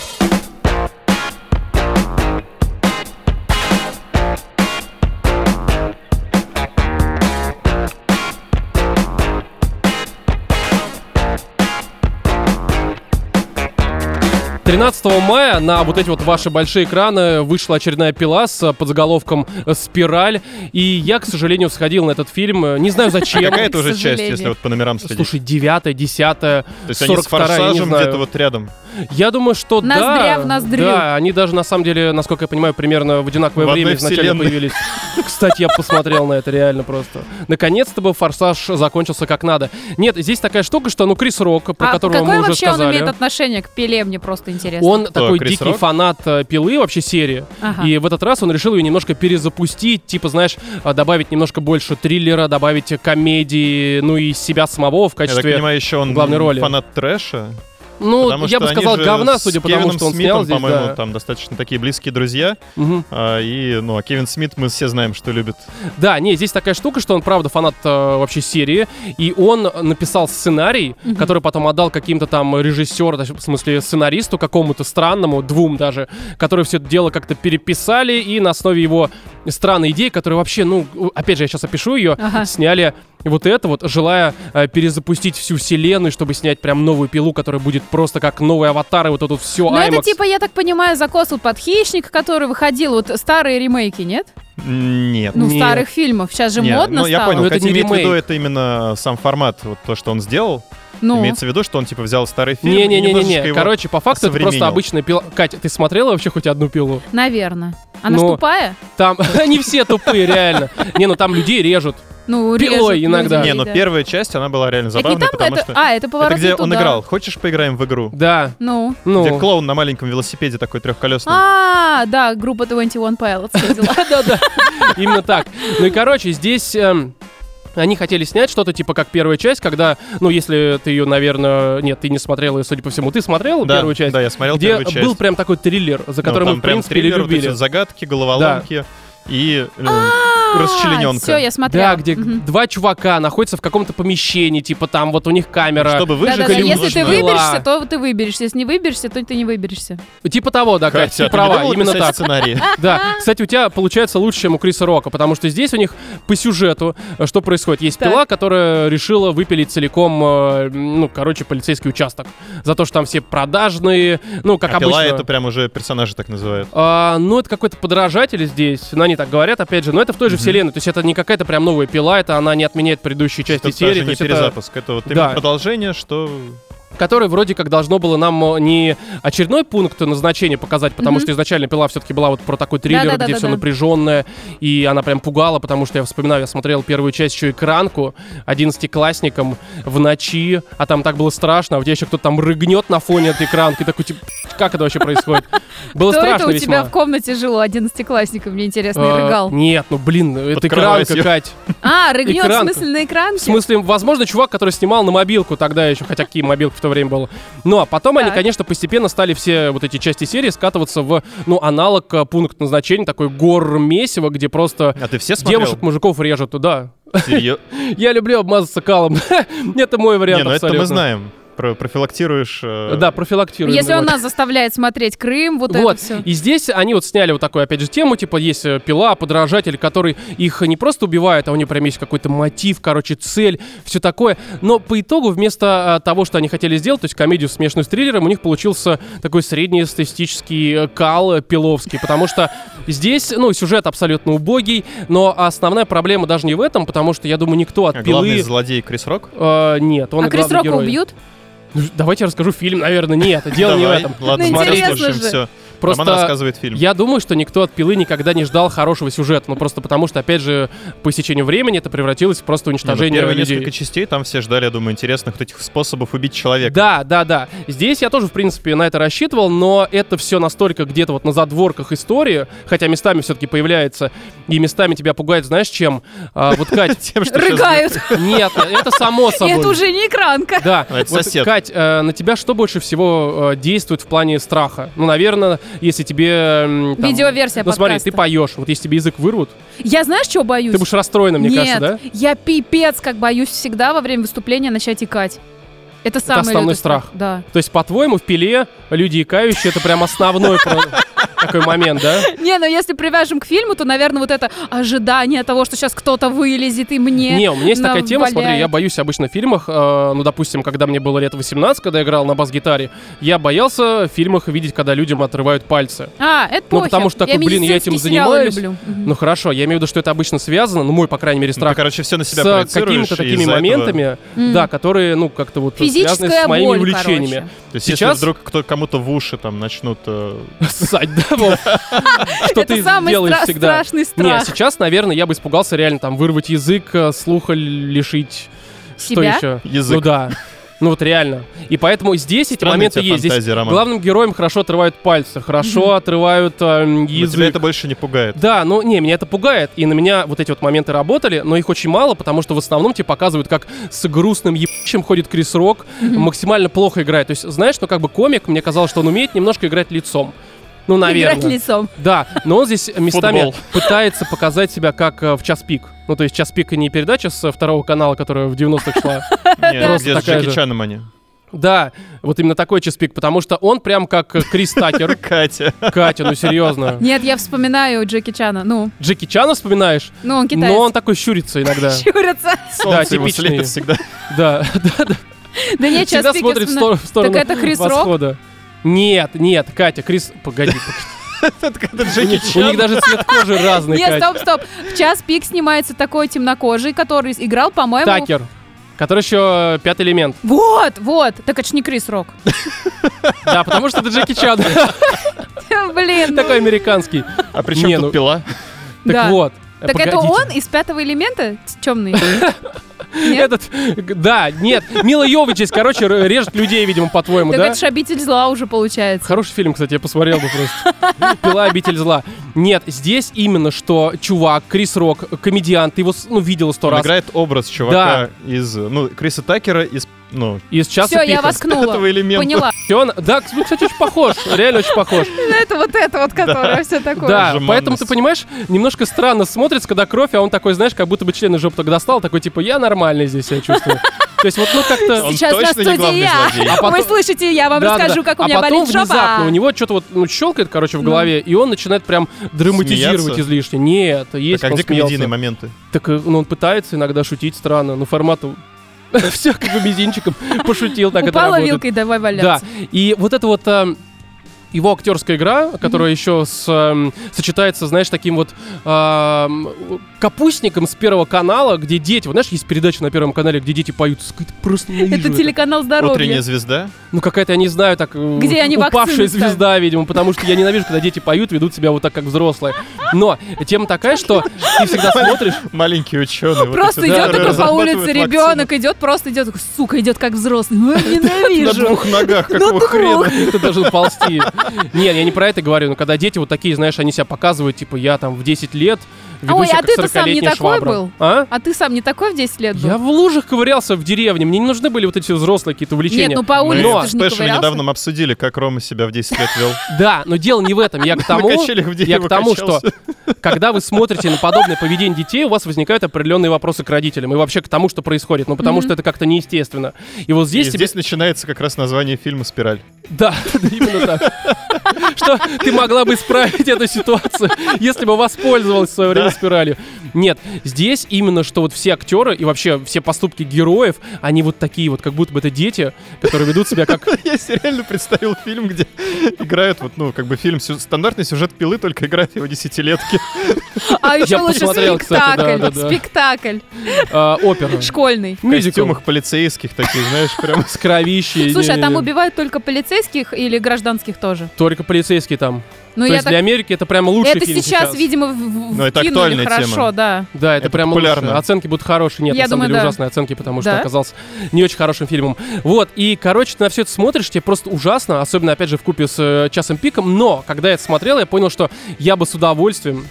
«13 мая» на вот эти вот ваши большие экраны вышла очередная пила с э, подзаголовком э, «Спираль». И я, к сожалению, сходил на этот фильм. э, Не знаю, зачем. Какая это К уже часть, сожалению. если вот по номерам следить? Слушай, девятая, десятая, То есть они с сорок вторая, форсажем где-то вот рядом. Я думаю, что Ноздря да. в ноздрю. Да, они даже на самом деле, насколько я понимаю, примерно в одинаковое В время одной изначально вселенной. появились. Кстати, я посмотрел на это реально просто. Наконец-то бы форсаж закончился как надо. Нет, здесь такая штука, что ну Крис Рок, про а которого какое мы уже вообще он сказали. имеет отношение к Пеле, мне просто интересно. Он такой Крис дикий Рок? фанат э, пилы вообще серии. Ага. И в этот раз он решил ее немножко перезапустить, типа, знаешь, э, добавить немножко больше триллера, добавить э, комедии, ну и себя самого в Я так качестве. понимаю, еще он в главной роли. фанат трэша. ну, потому я что бы они сказал, же говна, с судя по тому, Кевином что он Смитом, снял здесь. по-моему, да. там достаточно такие близкие друзья. Мгм. А, и, ну, а Кевин Смит мы все знаем, что любит. Да, не, здесь такая штука, что он правда фанат э, вообще серии, и он написал сценарий, который потом отдал каким-то там режиссеру, да, в смысле сценаристу какому-то странному, двум даже, которые все это дело как-то переписали, и на основе его странной идеи, которые вообще, ну, опять же, я сейчас опишу ее, Ага. сняли вот это вот, желая э, перезапустить всю вселенную, чтобы снять прям новую пилу, которая будет просто как новый аватар, и вот тут все Ну это типа, я так понимаю, закос вот под хищник, который выходил, вот старые ремейки, нет? М, Нет. Ну, Нет. старых фильмов. Сейчас же Не, модно ну, я стало. понял, Но это хотя не имеет в виду ремейк. это именно сам формат, вот то, что он сделал. Ну, Имеется в виду, что он типа взял старый фильм и немножечко Не-не-не-не, его- короче, по факту это просто осовременил. обычная пила. Катя, ты смотрела вообще хоть одну пилу? наверное. Она ж Ну. тупая? Там они все тупые, реально. Не, ну там людей режут. Ну, Пилой режет иногда. людей, Не, но да. первая часть, она была реально Так не забавная, там потому это- что... А, это поворот это где не он туда. играл. Хочешь, поиграем в игру? Да, Ну. Где ну. клоун на маленьком велосипеде такой трехколесный. А, да, группа 21 Pilots ходила. Да-да-да, именно так. Ну и, короче, здесь... эм, Они хотели снять что-то типа как первая часть, когда, ну, если ты ее, наверное, нет, ты не смотрел ее, судя по всему, ты смотрел Да, первую часть, да, я смотрел где первую был часть. прям такой триллер, за Ну, который там мы, в прям принципе, триллер, вот эти любили. А, загадки, головоломки и э, расчлененка. Все, я смотрела. Да, где Мгм. два чувака находятся в каком-то помещении, типа там вот у них камера. Чтобы выжить, Да-да-да, или если ты нужно. выберешься, то ты выберешься. Если не выберешься, то ты не выберешься. Типа того, да, Катя, Катя, а ты ты не права, думала именно писать так. сценарий? Да, кстати, у тебя получается лучше, чем у Криса Рока, потому что здесь у них по сюжету э, что происходит? Есть Так. пила, которая решила выпилить целиком, э, ну, короче, полицейский участок за то, что там все продажные, ну, как А пила обычно. это прям уже персонажи так называют. А, ну, это какой-то подражатель здесь, ну, они так говорят, опять же, но это в той же вселенной, то есть это не какая-то прям новая пила, это она не отменяет предыдущие части Это серии, даже то не есть это, перезапуск, это вот Да. именно продолжение, что... который вроде как должно было нам э, не очередной пункт назначения показать, потому Мгм. что изначально пила все-таки была вот про такой триллер, Да-да-да-да-да. где все напряженное, и она прям пугала, потому что я вспоминаю, я смотрел первую часть еще экранку 11-классникам в ночи, а там так было страшно, а у тебя еще кто-то там рыгнет на фоне этой экранки, такой типа, как это вообще происходит? Было Кто это страшно у тебя весьма. в комнате жило, одиннадцатиклассников, мне интересно, и Э, рыгал? Нет, ну блин, это экранка, кроватью. Кать. А, рыгнет в экранка. смысле на В экранке? смысле, возможно, чувак, который снимал на мобилку тогда еще, хотя какие мобилки в то время было. Ну, а потом они, Так. конечно, постепенно стали все вот эти части серии скатываться в, ну, аналог э, пункт назначения, такой гор месиво, где просто А ты все смотрел? девушек, мужиков режут туда. Серьё- Я люблю обмазаться калом. Это мой вариант Не, ну это абсолютно. мы знаем. Про- Профилактируешь... э, Да, профилактируем. Если его. он нас заставляет смотреть Крым, вот, Вот, это А все. и здесь они вот сняли вот такую, опять же, тему, типа, есть э, пила, подражатель, который их не просто убивает, а у него прям есть какой-то мотив, короче, цель, все такое. Но по итогу, вместо э, того, что они хотели сделать, то есть комедию смешанную с триллером, у них получился такой среднестатистический э, кал э, пиловский, потому что здесь, ну, сюжет абсолютно убогий, но основная проблема даже не в этом, потому что, я думаю, никто от а Главный пилы... злодей Крис Рок? э, нет, он а Крис главный Рока герой. убьют? Ну, Давайте я расскажу фильм, наверное, нет, дело не в Давай. этом. Ладно, Ну, смотри, интересно слушаем же. все. Просто Роман рассказывает фильм. я думаю, что никто от пилы никогда не ждал хорошего сюжета. Ну просто потому, что, опять же, по истечению времени это превратилось в просто Не, ну, уничтожение Первые людей. несколько частей там все ждали, я думаю, интересных вот этих способов убить человека. Да, да, да. Здесь я тоже, в принципе, на это рассчитывал, но это все настолько где-то вот на задворках истории, хотя местами все-таки появляется, и местами тебя пугает, знаешь, чем? А, вот, Кать, Тем, что щас- Рыгают. нет, это само собой. Это уже не экранка. Да, А это вот, сосед. Кать, э, на тебя что больше всего э, действует в плане страха? Ну, наверное, если тебе... м, там- Видеоверсия Ну, смотри, подкаста. ты поешь, вот если тебе язык вырвут, Я знаешь, чего боюсь? ты будешь расстроена, мне кажется, Нет, да? я пипец как боюсь всегда во время выступления начать икать. Это самый основной лютый страх. Да. То есть, по-твоему, в пиле люди икающие это прям основной про- такой момент, да? Не, ну если привяжем к фильму, то, наверное, вот это ожидание того, что сейчас кто-то вылезет и мне. Не, у меня есть такая тема, смотри, я наваляет. боюсь обычно в фильмах, э, ну, допустим, когда мне было лет 18, когда я играл на бас-гитаре, я боялся в фильмах видеть, когда людям отрывают пальцы. А, это Ну, похер. потому что такой, блин, я медицинские этим сериалы занимаюсь. люблю. Мгм. Ну хорошо, я имею в виду, что это обычно связано, ну мой, по крайней мере, Ну, ты, страх короче, все на себя с проецируешь. какими-то и такими из-за этого- моментами, М. да, которые, ну, как-то вот связаны Физическая с моими боль, увлечениями. короче. То есть Сейчас- если вдруг кто кому-то в уши там начнут... э, Ссать, да, вот. Что это ты самый делаешь стра- всегда. страшный Не, страх. сейчас, наверное, я бы испугался реально там вырвать язык, э, слуха лишить. Себя? Что еще? Язык. Ну да. Ну вот реально. И поэтому здесь эти Странная моменты у тебя есть. Здесь а фантазия, Роман. главным героем хорошо отрывают пальцы, хорошо отрывают эм, Но тебя язык. это больше не пугает. Да, ну не, меня это пугает, и на меня вот эти вот моменты работали, но их очень мало, потому что в основном тебе показывают, как с грустным ебучим ходит Крис Рок, максимально плохо играет. То есть, знаешь, ну как бы комик, мне казалось, что он умеет немножко играть лицом. Ну, наверное. Играть лицом. Да, но он здесь местами Футбол. пытается показать себя как э, в час пик. Ну, то есть час пика не передача с э, второго канала, которая в 90-х шла. Не, Просто где с такая Джеки же. Чаном они? Да, вот именно такой час пик, потому что он прям как э, Крис Такер. Катя. Катя, ну серьезно. Нет, я вспоминаю Джеки Чана. Ну, Джеки Чана вспоминаешь, ну он китаец. но он такой щурится иногда. Щурится. Солнце ему типичные. слепит всегда. Да, Да не, всегда сейчас пик смотрит в вспоминаю. сторону, в сторону Так это Крис Рок? восхода. Нет, нет, Катя, Крис... Погоди, Это у Джеки них у них Чан. даже цвет кожи разный, Нет, Катя. стоп, стоп. В час пик снимается такой темнокожий, который играл, по-моему... Такер, который еще э, пятый элемент. Вот, вот. Так это ж не Крис Рок. Да, потому что это Джеки Чан, Блин. ну, такой американский. А при Не, чем ну- тут пила? Так да. вот. э, Так это погодите. он из пятого элемента темный. Нет? Этот, да, нет, Мила Йович здесь, короче, р- режет людей, видимо, по-твоему, Так да? это ж обитель зла уже получается. Хороший фильм, кстати, я посмотрел бы просто. «Пила. Обитель зла». Нет, здесь именно, что чувак, Крис Рок, комедиант, ты его, с- ну, видела сто Он раз. играет образ чувака из, ну, Криса Такера из, ну, И сейчас Все, я воскнула. этого элемента. Поняла. Да, ну, кстати, очень похож, реально очень похож. Это вот это вот, которое все такое. Да, Жеманность. поэтому ты понимаешь, немножко странно смотрится, когда кровь, а он такой, знаешь, как будто бы член из жопы так достал, такой, типа, я нормально здесь себя чувствую. То есть вот ну как-то... Он Сейчас на точно не студии главный я. злодей. А Вы потом- слышите, я вам Да, да, расскажу, да. как у меня а потом болит внезапно у жопа. него что-то вот ну, щелкает, короче, в голове, и он начинает прям драматизировать Смеяться? излишне. Нет, есть Так, а он где смеялся. комедийные моменты? Так э, ну, он пытается иногда шутить странно, но формату... Все как бы мизинчиком пошутил, так это Упала работает. вилкой, давай Да, валяться. и вот это вот эм, его актерская игра, которая еще с, эм, сочетается, знаешь, таким вот эм, капустником с Первого канала, где дети, вот знаешь, есть передача на Первом канале, где дети поют, Сука, это просто ненавижу Это это. телеканал Утренняя здоровья. звезда? Ну какая-то, я не знаю, так э, Где они упавшая вакцины звезда, видимо, потому что я ненавижу, когда дети поют, ведут себя вот так, как взрослые. Но тема такая, что ты всегда смотришь, Маленький ученый. вот Просто эти, да, идет которые такой по улице разрабатывают вакцину. ребенок, идет, просто идет, такой, сука, идет как взрослый. Ну, я На Ненавижу. двух ногах, Ну, какого друг. хрена? ты должен ползти. Нет, я не про это говорю, но когда дети вот такие, знаешь, они себя показывают, типа, я там в 10 лет веду Ой, себя а как ты-то сам не 40-летняя такой швабра. был? А? А ты сам не такой в 10 лет Я был? в лужах ковырялся в деревне, мне не нужны были вот эти взрослые какие-то увлечения. Нет, ну по Мы улице Но- ты с же не Пешем ковырялся. недавно обсудили, как Рома себя в 10 лет вел. Да, но дело не в этом. Я к тому, На качелях в я дерево к тому, что качался. когда вы смотрите на подобное поведение детей, у вас возникают определенные вопросы к родителям и вообще к тому, что происходит. Ну, потому что это как-то неестественно. И вот И здесь тебе... здесь начинается как раз название фильма «Спираль». Да, да, именно так. Что ты могла бы исправить эту ситуацию, если бы воспользовалась в свое время спиралью. Нет, здесь именно что вот все актеры и вообще все поступки героев, они вот такие вот, как будто бы это дети, которые ведут себя как... Я себе реально представил фильм, где играют, вот, ну, как бы фильм, сю- стандартный сюжет пилы, только играют его десятилетки. А еще Я лучше посмотрел, кстати, да, да, спектакль. да. Спектакль э, Опера. школьный. В Мюзикл. костюмах полицейских такие, знаешь, прям С кровищей. Слушай, а там не-не-не. убивают только полицейских или гражданских тоже? Только полицейские там. Ну, То я есть так... для Америки это прямо лучший Это фильм сейчас, видимо, в- в- Но это вкинули актуальная тема. хорошо, да. Да, это, Это прямо популярно. лучше. Оценки будут хорошие. Нет, Я на самом думаю, деле да. ужасные оценки, потому что Да? оказался не очень хорошим фильмом. Вот, и, короче, ты на все это смотришь, тебе просто ужасно, особенно, опять же, в купе с э, «Часом пиком». Но, когда я это смотрел, я понял, что я бы с удовольствием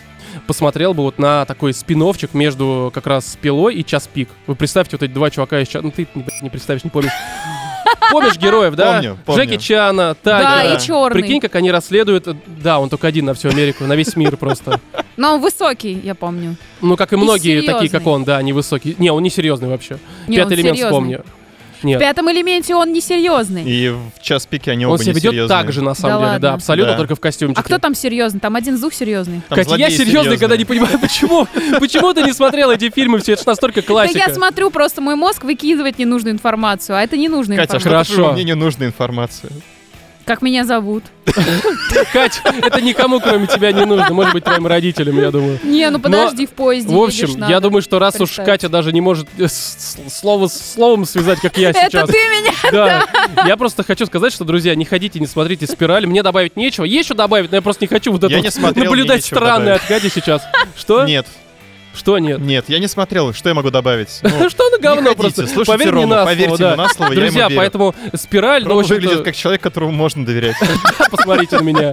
посмотрел бы вот на такой спиновчик между как раз «Пилой» и «Час пик». Вы представьте вот эти два чувака из «Часа...» Ну, ты не, блядь, не представишь, не помнишь. Помнишь героев, да? Помню, помню. Джеки Чана, Да, Тагера. и черный. Прикинь, как они расследуют... э, Да, он только один на всю Америку, на весь мир просто. Но он высокий, я помню. Ну, как и многие такие, как серьезный. он, да, невысокий. Не, он не серьезный вообще. Не, Пятый он элемент серьезный. вспомню. В Нет. пятом элементе он несерьезный. И в час пики они Он оба себя ведет несерьезные. так же, на самом Да деле, да, ладно. абсолютно, Да. только в костюмчике. А кто там серьезный? Там один зух серьезный. Там Катя, я злодеи серьезный, когда серьезные. не понимаю, почему, почему ты не смотрел эти фильмы, все это ж настолько классика. Да я смотрю, просто мой мозг выкидывает ненужную информацию, а это ненужная Катя, а информация. что, по Хорошо. твоему мнению, нужная информация? Как меня зовут? Кать, это никому, кроме тебя, не нужно. Может быть, твоим родителям, я думаю. Не, ну подожди, в поезде В общем, едешь, я надо думаю, что раз уж представить. Катя даже не может э, с- с- слово с словом связать, как я сейчас. Это ты меня... Да. Я просто хочу сказать, что, друзья, не ходите, не смотрите спираль. Мне добавить нечего. Есть что добавить, но я просто не хочу вот это Я вот не смотрел, наблюдать мне нечего странное добавить. от Кати сейчас. Что? Нет, Что нет? нет, я не смотрел, что я могу добавить? Ну, Ну что на говно ходите, просто? слушайте Поверь мне Рому, на поверьте слово, да. ему на слово, я ему Друзья, верю. поэтому спираль, ну, в Рома общем-то, выглядит как человек, которому можно доверять. посмотрите на меня.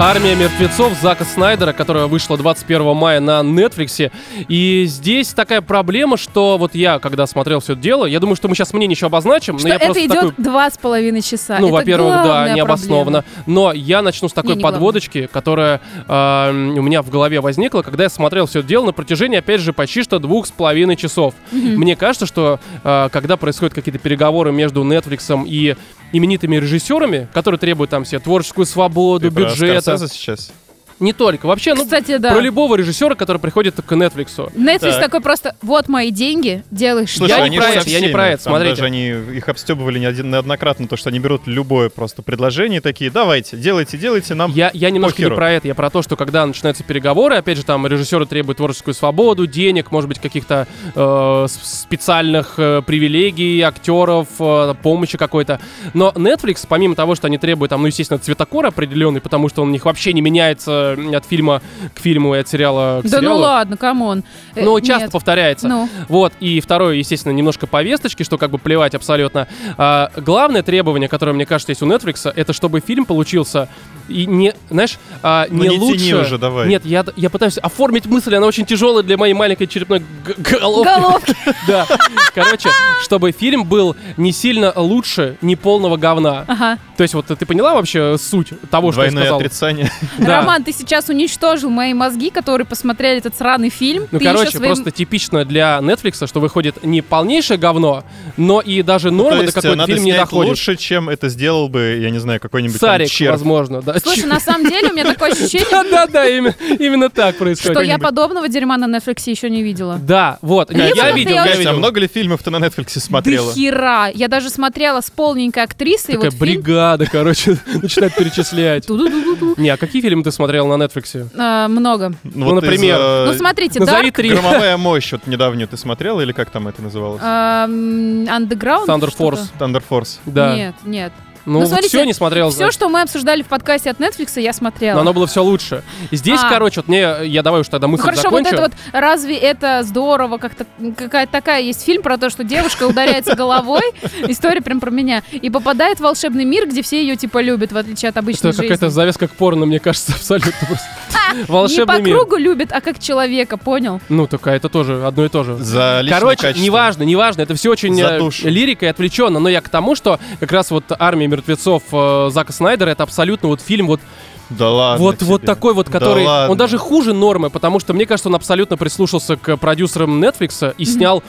Армия мертвецов Зака Снайдера, которая вышла 21 мая на Netflix. И здесь такая проблема, что вот я, когда смотрел все это дело, я думаю, что мы сейчас мнение еще обозначим, Что но Ну, я это просто идет такой два с половиной часа. Ну, А, Это во-первых, да, главная необоснованно. Но я начну с такой Не, не главное. подводочки, которая э, у меня в голове возникла, когда я смотрел все это дело на протяжении, опять же, почти что двух с половиной часов. Мне кажется, что э, когда происходят какие-то переговоры между Netflix и именитыми режиссерами, которые требуют там себе творческую свободу, Ты про бюджета. Типа, а Скорсезе сейчас? Не только. Вообще, ну, Кстати, да. про любого режиссера, который приходит к Netflix. Netflix Так. такой просто, вот мои деньги, делай что. Я Слушай, не они про со это, я не всеми. про это, Там смотрите. Даже они их обстебывали не один- неоднократно, то, что они берут любое просто предложение, и такие, давайте, делайте, делайте нам. Я, я немножко не похеру. про это, я про то, что когда начинаются переговоры, опять же, там режиссеры требуют творческую свободу, денег, может быть, каких-то э, с- специальных э, привилегий, актеров, э, помощи какой-то. Но Netflix, помимо того, что они требуют, там, ну, естественно, цветокор определенный, потому что он у них вообще не меняется м, от фильма к фильму и от сериала к Да ну сериалу. ладно, камон. Э, Но часто нет. повторяется. Ну, Вот, и второе, естественно, немножко повесточки, что как бы плевать абсолютно. А, главное требование, которое, мне кажется, есть у Netflix, это чтобы фильм получился и не, знаешь, а, Ну, не, не лучше... тяни уже, давай. Нет, я, я пытаюсь оформить мысль, она очень тяжелая для моей маленькой черепной г- головки. головки. Да. Короче, чтобы фильм был не сильно лучше не полного говна. Ага. То есть вот ты поняла вообще суть того, что я Двойное сказал? отрицание. Да. Роман, ты сейчас уничтожил мои мозги, которые посмотрели этот сраный фильм. Ну, Ты короче, еще своим- просто типично для Netflix, что выходит не полнейшее говно, но и даже То нормы до есть, э, какой-то надо фильм не снять доходит. лучше, чем это сделал бы, я не знаю, какой-нибудь там Сарик, червь. возможно, да. Слушай, на самом деле у меня такое ощущение, Да-да-да, именно, именно так что происходит. я подобного дерьма на Netflix еще не видела. Да, вот, я, Либо я ты видел, очень- я Катя, а видел. много ли фильмов ты на Netflix смотрела? Да хера! Я даже смотрела с полненькой актрисой. Такая вот фильм- бригада, короче, начинает перечислять. Ту-ду-ду-ду-ду. Не, а какие фильмы ты смотрел на Netflix? А, Много. Ну, Ну, вот из, например. э, Ну, смотрите, да. Назови три. «Громовая мощь» вот недавнюю ты смотрела, или как там это называлось? эм, Underground. Thunder что-то? Force. Thunder Force. Да. Нет, нет. Ну, Ну, вот смотрите, все не смотрел, Все, значит. что мы обсуждали в подкасте от Netflix, я Но смотрела. оно было все лучше. Здесь, А. короче, вот мне, я давай уж тогда Ну мысль хорошо, закончу. вот это вот, разве это здорово, как-то м, какая-то такая есть фильм про то, что девушка ударяется головой, история прям про меня, и попадает в волшебный мир, где все ее типа любят, в отличие от обычной Это какая-то жизни. завязка к порно, мне кажется, абсолютно просто. Не по Волшебный мир. кругу любят, а как человека, понял? Ну, такая, это тоже одно и то же. За личное Короче, качество. неважно, неважно, это все очень За э, душу. лирика и отвлеченно, но я к тому, что как раз вот «Армия мертвецов» э, Зака Снайдера, это абсолютно вот фильм вот, Да ладно вот, вот тебе. такой вот, А Да который, ладно. он даже хуже нормы, потому что, мне кажется, он абсолютно прислушался к продюсерам Netflix и снял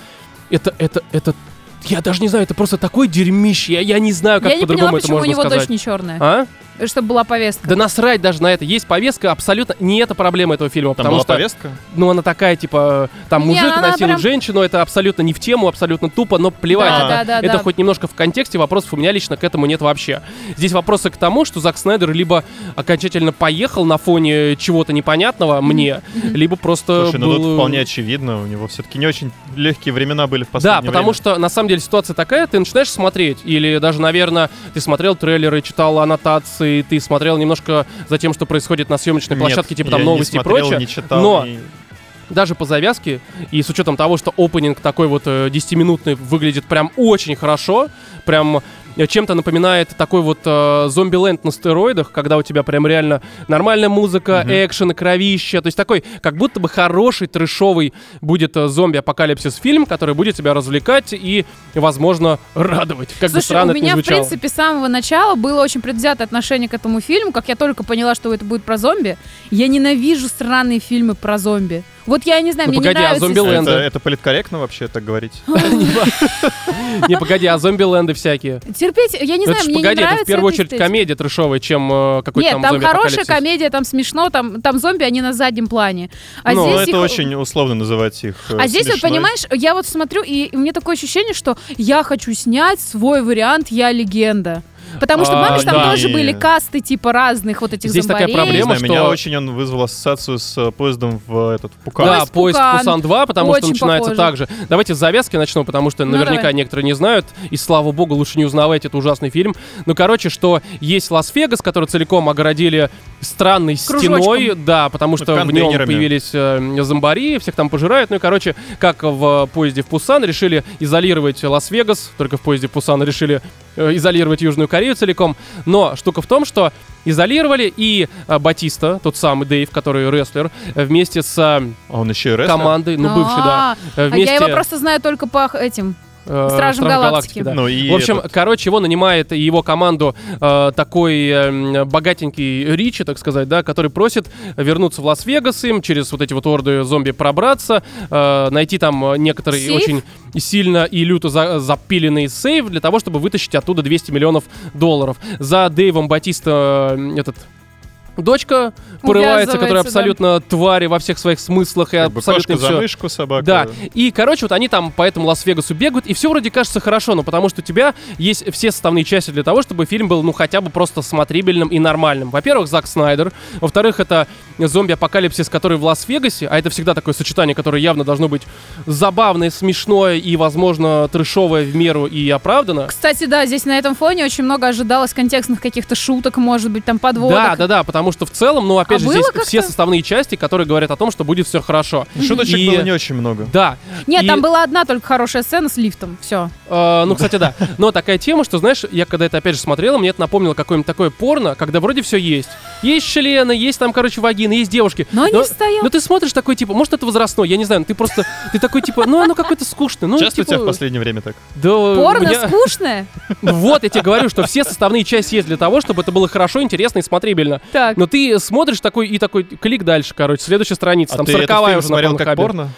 это, это, это, я даже не знаю, это просто такой дерьмище, я, я не знаю, как Я не поняла, по-другому это почему у можно него сказать. дочь не черная, А? чтобы была повестка. Да насрать даже на это. Есть повестка, абсолютно не это проблема этого фильма, Там потому была что повестка? ну, она такая, типа, там Не, мужик она насилует прям- женщину, это абсолютно не в тему, абсолютно тупо, но плевать. Да, это да, да, это да. хоть немножко в контексте, вопросов у меня лично к этому нет вообще. Здесь вопросы к тому, что Зак Снайдер либо окончательно поехал на фоне чего-то непонятного мне, либо просто Слушай, ну был... э, тут вполне очевидно, у него все-таки не очень легкие времена были в Да, последнее потому время. что на самом деле ситуация такая, ты начинаешь смотреть, или даже, наверное, ты смотрел трейлеры, читал аннотации, ты смотрел немножко за тем, что происходит на съемочной Нет, площадке, типа я там не новости и смотрел, прочее. не читал, но не- даже по завязке, и с учетом того, что опенинг такой вот э, 10-минутный выглядит прям очень хорошо, прям э, чем-то напоминает такой вот э, зомби-ленд на стероидах, когда у тебя прям реально нормальная музыка, Мгм. экшен, кровища, то есть такой, как будто бы хороший трешовый будет э, зомби-апокалипсис фильм, который будет тебя развлекать и, возможно, радовать, как бы Слушай, странно у это не меня, в звучало. принципе, с самого начала было очень предвзятое отношение к этому фильму. Как я только поняла, что это будет про зомби, я ненавижу сраные фильмы про зомби. Вот я не знаю, Ну, мне погоди, а не нравится... «Зомбилэнд» А Это, Ленда. это политкорректно вообще так говорить? Не, погоди, а зомби-ленды всякие. Терпеть, я не Ну, знаю, это ж, мне погоди, это не нравится в первую эта очередь эстетика. комедия трешовая, чем э, какой-то Нет, там там хорошая зомби-апокалипсис. комедия, там смешно, там, там зомби, они на заднем плане. А ну, здесь это их- очень условно называть их э, А здесь, вот, смешной. понимаешь, я вот смотрю, и у меня такое ощущение, что я хочу снять свой вариант «Я легенда». Потому что, А, помнишь, там да. тоже Не. были касты, типа, разных вот этих Здесь такая зомбарей. Не проблема, знаю, меня что- очень он вызвал ассоциацию с э, поездом в этот в Пукан. Да, Поезд поезд Пукан. Пусан 2, потому что Очень начинается похоже. так же. Давайте с завязки начну, потому что Ну, наверняка давай. некоторые не знают. И слава богу, лучше не узнавать, это ужасный фильм. Ну, короче, что есть Лас-Вегас, который целиком огородили странной Кружочком. стеной. Да, потому что в нем контейнерами. появились э, зомбари, всех там пожирают. Ну и, короче, как в э, поезде в Пусан решили изолировать Лас-Вегас, только в поезде в Пусан решили э, изолировать Южную Корею целиком. Но штука в том, что изолировали и э, Батиста, тот самый Дэйв, который рестлер, э, вместе с... э, А он еще и рестлер. команды, ну бывший, да. А, э, А Вместе, я его просто знаю только по х- этим. э, Стражем Галактики. да. Ну и В общем, этот- короче, его нанимает и его команду э, такой э, м, богатенький Ричи, так сказать, да, который просит вернуться в Лас-Вегас им, через вот эти вот орды зомби пробраться, э, найти там э, некоторый Сейф? очень сильно и люто за- запиленный сейф для того, чтобы вытащить оттуда 200 миллионов долларов. За Дэйвом Батиста э, эм, этот дочка порывается, которая Увязывается, да. абсолютно твари во всех своих смыслах и Как бы абсолютно кошка за все. мышку, собака. Да, и, короче, вот они там по этому Лас-Вегасу бегают, и все вроде кажется хорошо, но потому что у тебя есть все составные части для того, чтобы фильм был, ну, хотя бы просто смотрибельным и нормальным. Во-первых, Зак Снайдер, во-вторых, это зомби-апокалипсис, который в Лас-Вегасе, а это всегда такое сочетание, которое явно должно быть забавное, смешное и, возможно, трешовое в меру и оправдано. Кстати, да, здесь на этом фоне очень много ожидалось контекстных каких-то шуток, может быть, там подводок. Да, да, да, потому что в целом, ну, опять А же, было здесь как-то? все составные части, которые говорят о том, что будет все хорошо. Шуточек И- было не очень много. Да. Нет, И- там была одна только хорошая сцена с лифтом, все. Э, ну, кстати, да. Но такая тема, что, знаешь, я когда это опять же смотрела, мне это напомнило какое-нибудь такое порно, когда вроде все есть. Есть члены, есть там, короче, вагины, есть девушки. Но они но, стоят. ты смотришь такой, типа, может, это возрастной, я не знаю, но ты просто, ты такой, типа, ну, оно какое-то скучное. Ну, Часто у типа, тебя в последнее время так? да, Порно у меня- скучное. Вот, я тебе говорю, что все составные части есть для того, чтобы это было хорошо, интересно и смотрибельно. Так. Но ты смотришь такой и такой, клик дальше, короче, следующая страница, а там ты этот сороковая фильм уже на смотрел как Порнхабе. порно?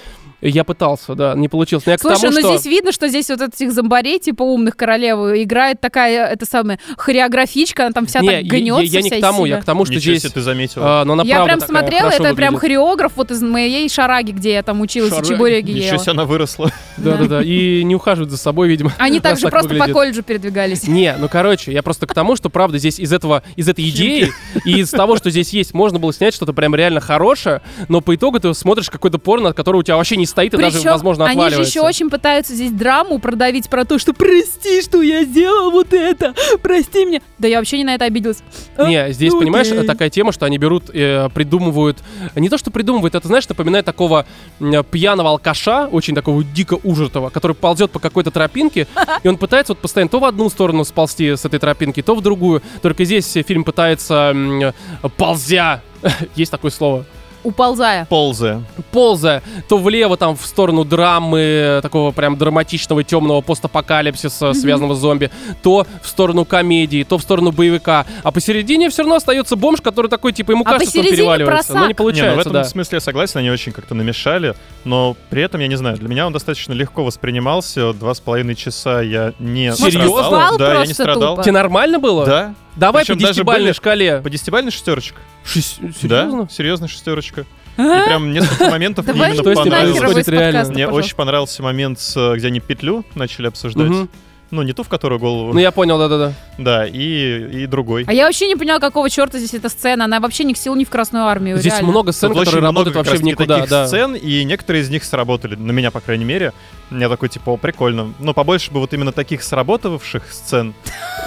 Я пытался, да, не получилось. Но я к Слушай, тому, ну что... здесь видно, что здесь вот этих зомбарей, типа умных королевы, играет такая, это самая, хореографичка, она там вся Не, так я- я, гнется. я не к тому, я к тому, что Ничего здесь... себе ты заметил. А, но она я правда прям такая смотрела, это хорошо прям выглядит. хореограф вот из моей шараги, где я там училась Шараги. и чебуреки Ничего ела. себе она выросла. Да-да-да, и не ухаживают за собой, видимо. Они раз также так просто по выглядит. колледжу передвигались. Не, ну короче, я просто к тому, что правда здесь из этого, из этой идеи и из того, что здесь есть, можно было снять что-то прям реально хорошее, но по итогу ты смотришь какой-то порно, от которого у тебя вообще не стоит и даже, Причем возможно, они же отваливается. еще очень пытаются здесь драму продавить про то, что прости, что я сделал вот это, прости меня. Да я вообще не на это обиделась. А, Не, здесь, ну понимаешь, э, окей. такая тема, что они берут, э, придумывают... Не то, что придумывают, это, знаешь, напоминает такого м, пьяного алкаша, очень такого дико ужертого, который ползет по какой-то тропинке, и он пытается вот постоянно то в одну сторону сползти с этой тропинки, то в другую. Только здесь э, фильм пытается м, э, ползя есть такое слово, Уползая. Ползая. ну, ползая, то влево там в сторону драмы, э, такого прям драматичного, темного постапокалипсиса, связанного с зомби, то в сторону комедии, то в сторону боевика. А посередине все равно остается бомж, который такой, типа, ему А кажется, что он посередине переваливается. просак. Но не Не, ну в получается, этом да. смысле я согласен, они очень как-то намешали, но при этом, я не знаю, для меня он достаточно легко воспринимался. Два с половинный часа я не Может, страдал. упал Да, я не просто страдал. тупо? Тебе нормально было? Да. Давай Причем по даже десятибалльной были- шкале. По десятибалльной шестерочка. Шесть- Да, Серьезно? серьезная шестерочка. И А? прям несколько моментов мне Давай именно Что с ним нахер понравилось. происходит вы из реально? подкаста, Мне пожалуйста. очень понравился момент, с, где они петлю начали обсуждать. Мгм. Ну, не ту, в которую Ну, голову. я понял, да-да-да. Да, и и другой. А я вообще не поняла, какого черта здесь эта сцена. Она вообще ни к силу, ни в Красную армию. Здесь Ну, реально. много сцен, Тут очень которые много работают как вообще в раз-таки никуда, таких да. сцен, и некоторые из них сработали, на меня, по крайней мере. Я такой, типа, «О, прикольно. Но побольше бы вот именно таких сработавших сцен.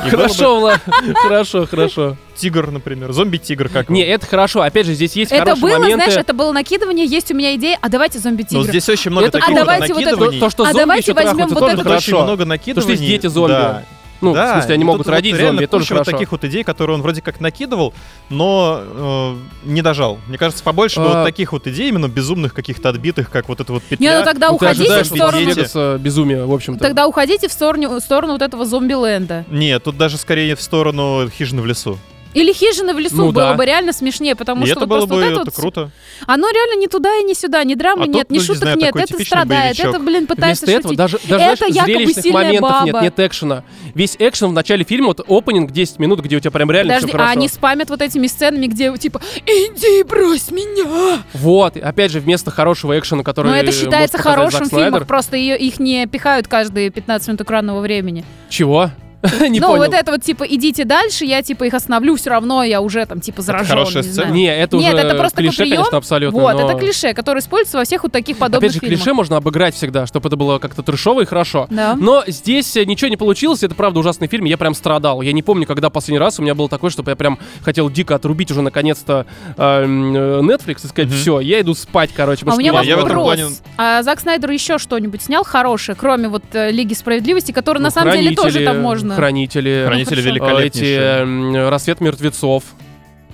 И было бы Хорошо, Влад, хорошо, хорошо. Тигр, например. Зомби-тигр, как его. Не, это хорошо. Опять же, здесь есть Это хорошие было, моменты. знаешь, это было накидывание, есть у меня идея, а давайте Но Ну, зомби-тигра. здесь очень много Это таких круто. Ну, вот А давайте вот это- накидываний. То, что А зомби давайте еще возьмем трахаются, вот тоже это Тут хорошо. очень много накидываний. есть дети зомби. Да. Ну, в да, смысле, они и могут тут вот родить реально зомби, это тоже куча вот хорошо. таких вот идей, которые он вроде как накидывал, но э, не дожал. Мне кажется, побольше бы А. вот таких вот идей, именно безумных каких-то отбитых, как вот это вот петля. Не, ну тогда Ну, ты уходите в ожидаешь, что сторону. ну, зомби-дети. Лас-Вегаса безумие, в общем-то. Тогда уходите в сторону, в сторону вот этого зомби-ленда. Нет, тут даже скорее в сторону хижины в лесу. Или хижина в лесу Ну было да. бы реально смешнее, потому и что это вот было просто бы вот это, это вот- круто. Оно реально ни туда и ни сюда, ни драмы А нет, тут, ни ну, не шуток знаю, нет, такой это типичный страдает, боевичок. это, блин, пытается Вместо этого шутить. даже, даже Это знаешь, якобы зрелищных сильная моментов нет, баба. нет экшена. Весь экшен в начале фильма, вот опенинг 10 минут, где у тебя прям реально Подожди, все а хорошо. они спамят вот этими сценами, где типа «Иди, брось меня!» Вот, и опять же, вместо хорошего экшена, который Но это может считается показать хорошим Зак фильмом, Снайдер- просто ее, их не пихают каждые 15 минут экранного времени. Чего? Не ну, понял. вот это вот типа «Идите дальше», я типа их остановлю, все равно я уже там типа заражен. хорошая не сцена. знаю. Не, это Нет, уже это просто клише, прием. конечно, абсолютно. Вот, но- это клише, которое используется во всех вот таких подобных Опять же, фильмах. клише можно обыграть всегда, чтобы это было как-то трешово и хорошо. Да. Но здесь э, ничего не получилось, это правда ужасный фильм, я прям страдал. Я не помню, когда последний раз у меня было такое, чтобы я прям хотел дико отрубить уже наконец-то эм, э, Netflix и сказать, Мгм. все, я иду спать, короче. А у потому меня что я в этом вопрос. плане- А Зак Снайдер еще что-нибудь снял хорошее, кроме вот э, Лиги Справедливости, которую Ну, на самом деле тоже «Хранители», там можно. Ну, Хранители. Хранители хорошо. э, Эти великолепнейшие. Ну эм, рассвет мертвецов.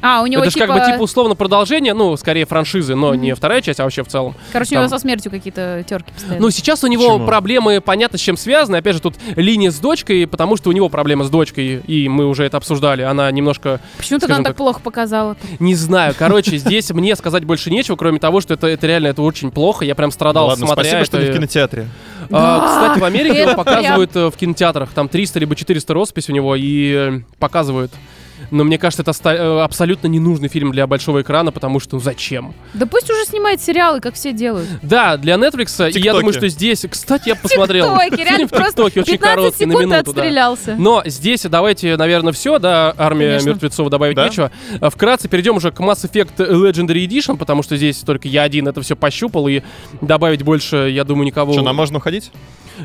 А, у него это же типа... как бы типа условно продолжение, ну, скорее франшизы, но не Мгм. вторая часть, а вообще в целом. Короче, у там- него со смертью какие-то терки постоянно. Ну, сейчас у него Почему? проблемы, понятно, с чем связаны. Опять же, тут линия с дочкой, потому что у него проблемы с дочкой, и мы уже это обсуждали. Она немножко, Почему-то скажем нам так так, плохо показала. не знаю. Короче, здесь мне сказать больше нечего, кроме того, что это, это реально это очень плохо. Я прям страдал, Ладно, смотря спасибо, что это. не в кинотеатре. А, Да, кстати, в Америке его это прям- показывают э, в кинотеатрах. Там 300 либо 400 роспись у него и э, показывают. Но мне кажется, это ста- э, абсолютно ненужный фильм для большого экрана, потому что ну, зачем? Да пусть уже снимает сериалы, как все делают. Да, для Netflix, э, и я Тиктоки. думаю, что здесь... Кстати, я посмотрел. Тиктоки, реально фильм в просто Тиктоке, очень 15 короткий, на секунд и минуту. да. Ну, отстрелялся. Но здесь давайте, наверное, все, да, армия Конечно. мертвецов добавить Да. нечего. А, Вкратце перейдем уже к Mass Effect Legendary Edition, потому что здесь только я один это все пощупал, и добавить больше, я думаю, никого... Что, нам можно уходить?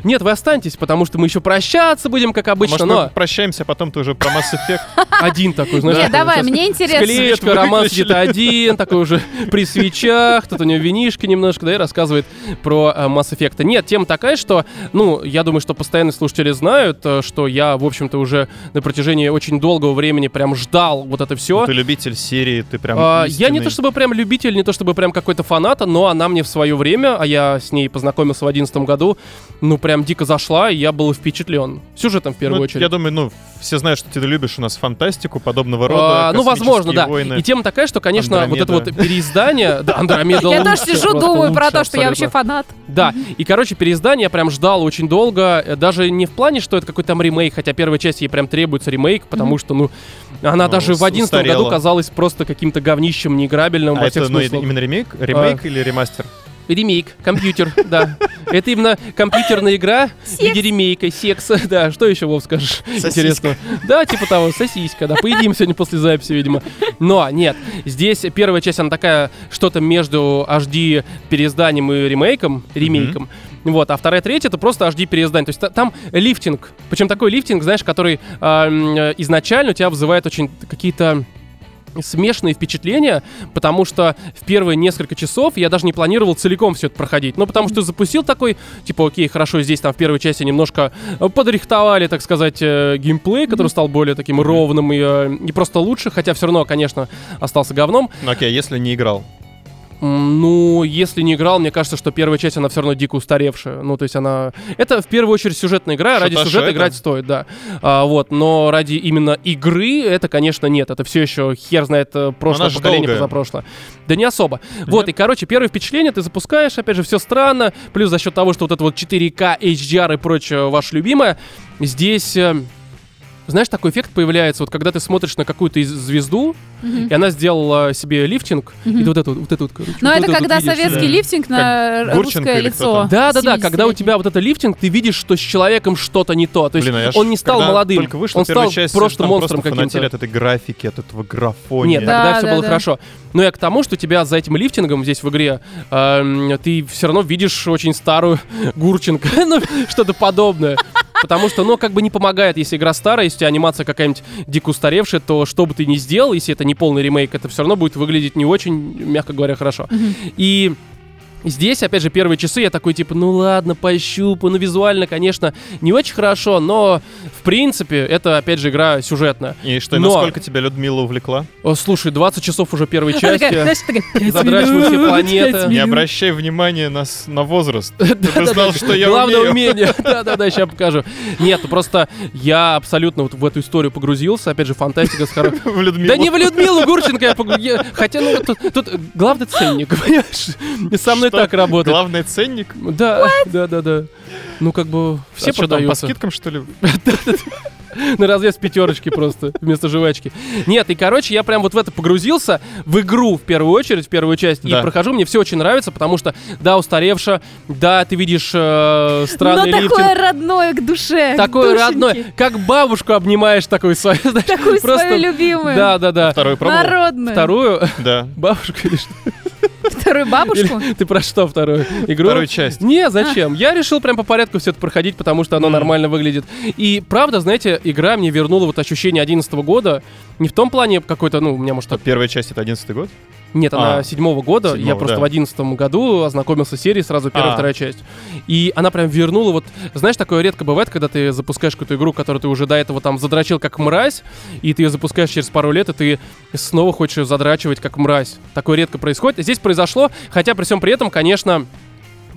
Нет, вы останьтесь, потому что мы еще прощаться будем, как обычно, Может, мы но прощаемся, а потом ты уже про Mass Effect. один такой, знаешь. Нет, такой давай, сейчас мне с интересно. клеечкой, Свет Роман выключили. сидит один, такой уже при свечах, тут у него винишка немножко, да, и рассказывает про э, Mass Effect. Нет, тема такая, что, ну, я думаю, что постоянные слушатели знают, э, что я, в общем-то, уже на протяжении очень долгого времени прям ждал вот это все. Ты любитель серии, ты прям А, Я не истинный. то чтобы прям любитель, не то чтобы прям какой-то фаната, но она мне в свое время, а я с ней познакомился в 2011 году, ну прям дико зашла, и я был впечатлен. Сюжетом в первую Ну, очередь. Я думаю, ну, все знают, что ты любишь у нас фантастику подобного рода. А, ну, возможно, да. космические И войны. тема такая, что, конечно, вот это Андромеда. вот переиздание... Да, Андромеда Я тоже лучше, сижу, просто думаю про лучше то, что абсолютно. я вообще фанат. Да, и, короче, переиздание я прям ждал очень долго. Э, Даже не в плане, что это какой-то там ремейк, хотя первая часть ей прям требуется ремейк, потому что, ну, она Ну, даже в ус- 11 году устарела. казалась просто каким-то говнищем, неиграбельным А во это, всех ну, смыслах. А. именно ремейк, ремейк или ремастер? Ремейк, компьютер, да. Это именно компьютерная игра в виде ремейка, секса, да. Что еще, Вов, скажешь Сосиска. интересного? Да, типа того, сосиска, да. Поедим сегодня после записи, видимо. Но нет, здесь первая часть, она такая, что-то между HD переизданием и ремейком, ремейком. Вот, а вторая, третья это просто HD переиздание. То есть та- там лифтинг. Причем такой лифтинг, знаешь, который а, м, э, изначально у тебя вызывает очень какие-то смешанные впечатления, потому что в первые несколько часов я даже не планировал целиком все это проходить. Ну, потому что запустил такой, типа, окей, хорошо, здесь там в первой части немножко э, подрихтовали, так сказать, э, геймплей, который стал более таким ровным и э, не просто лучше, хотя все равно, конечно, остался говном. Ну, окей, если не играл. М, Ну, если не играл, мне кажется, что первая часть, она все равно дико устаревшая. Ну, то есть она... Это в первую очередь сюжетная игра, ради Шаташа сюжета это? играть стоит, да. А, вот, но ради именно игры это, конечно, нет. Это все еще хер знает э, прошлое Она же поколение, долгая. позапрошлое. Да не особо. Вот, Нет? и, короче, первое впечатление ты запускаешь, опять же, все странно. Плюс за счет того, что вот это вот 4К, HDR и прочее ваше любимое, здесь... э, знаешь, такой эффект появляется, вот когда ты смотришь на какую-то из- звезду, Мгм. и она сделала себе лифтинг, Мгм. и вот это вот, вот это вот, короче. Но вот это вот когда видишь, э, советский да. лифтинг на Как Гурченко русское или кто лицо. там. Да, да, да, когда у 70-летний. тебя вот это лифтинг, ты видишь, что с человеком что-то не то. То есть Блин, а я ж он не стал когда молодым, Только вышла он первая стал часть, просто там монстром просто фанатели каким-то. от этой графики, от этого графония. Нет, тогда Да, все да, было да. хорошо. Но я к тому, что тебя за этим лифтингом здесь в игре эм, ты все равно видишь очень старую Гурченко, ну, что-то подобное. Потому что, ну, как бы не помогает, если игра старая, если у тебя анимация какая-нибудь дико устаревшая, то что бы ты ни сделал, если это не полный ремейк, это все равно будет выглядеть не очень, мягко говоря, хорошо. И Здесь, опять же, первые часы я такой, типа, ну ладно, пощупаю. Ну, визуально, конечно, не очень хорошо, но, в принципе, это, опять же, игра сюжетная. И что, и Но- насколько тебя Людмила увлекла? О, слушай, 20 часов уже первой Она такая, части. знаешь, такая, «Пять Задрачиваю минут, все пять планеты». Не минут». обращай внимания на, с- на возраст. Да-да-да. Ты знал, что я Главное умею. умение. Да-да-да, сейчас покажу. Нет, ну просто я абсолютно вот в эту историю погрузился. Опять же, фантастика с хоро- В Людмилу. Да не в Людмилу Гурченко я погру- я- Хотя, ну, тут, тут главный ценник, понимаешь? И Со мной Что? так работает. Главный ценник? Да, да, да, да. Ну, как бы все А что там, по продаются. скидкам, что ли? На развес пятерочки просто вместо жвачки. Нет, и короче, я прям вот в это погрузился, в игру в первую очередь, в первую часть, и Да. прохожу, мне все очень нравится, потому что, да, устаревшая, да, ты видишь э, Но странный Ну, такое лифтинг. родное к душе. к Такое душеньке. родное, как бабушку обнимаешь такой свою, знаешь, Такую свою просто... любимую. Да, да, да. Второй пробовал? Народную. Вторую Да. бабушку или что? Вторую бабушку. Или Ты про что вторую игру? Вторую часть. Не, зачем? Я решил прям по порядку все это проходить, потому что оно Мгм. нормально выглядит. И правда, знаете, игра мне вернула вот ощущение 11 года. Не в том плане какой-то, ну, у меня, может, так... Первая часть — это 11 год? Нет, она А, седьмого года. я седьмого, просто да. в одиннадцатом году ознакомился с серией, сразу первая, А. вторая часть. И она прям вернула вот... Знаешь, такое редко бывает, когда ты запускаешь какую-то игру, которую ты уже до этого там задрочил как мразь, и ты ее запускаешь через пару лет, и ты снова хочешь ее задрачивать как мразь. Такое редко происходит. Здесь произошло, хотя при всем при этом, конечно,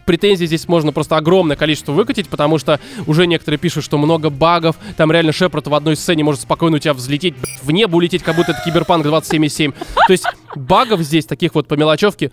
претензий здесь можно просто огромное количество выкатить, потому что уже некоторые пишут, что много багов, там реально Шепард в одной сцене может спокойно у тебя взлететь, блядь, в небо улететь, как будто это Киберпанк 27.7. То есть багов здесь, таких вот по мелочевке,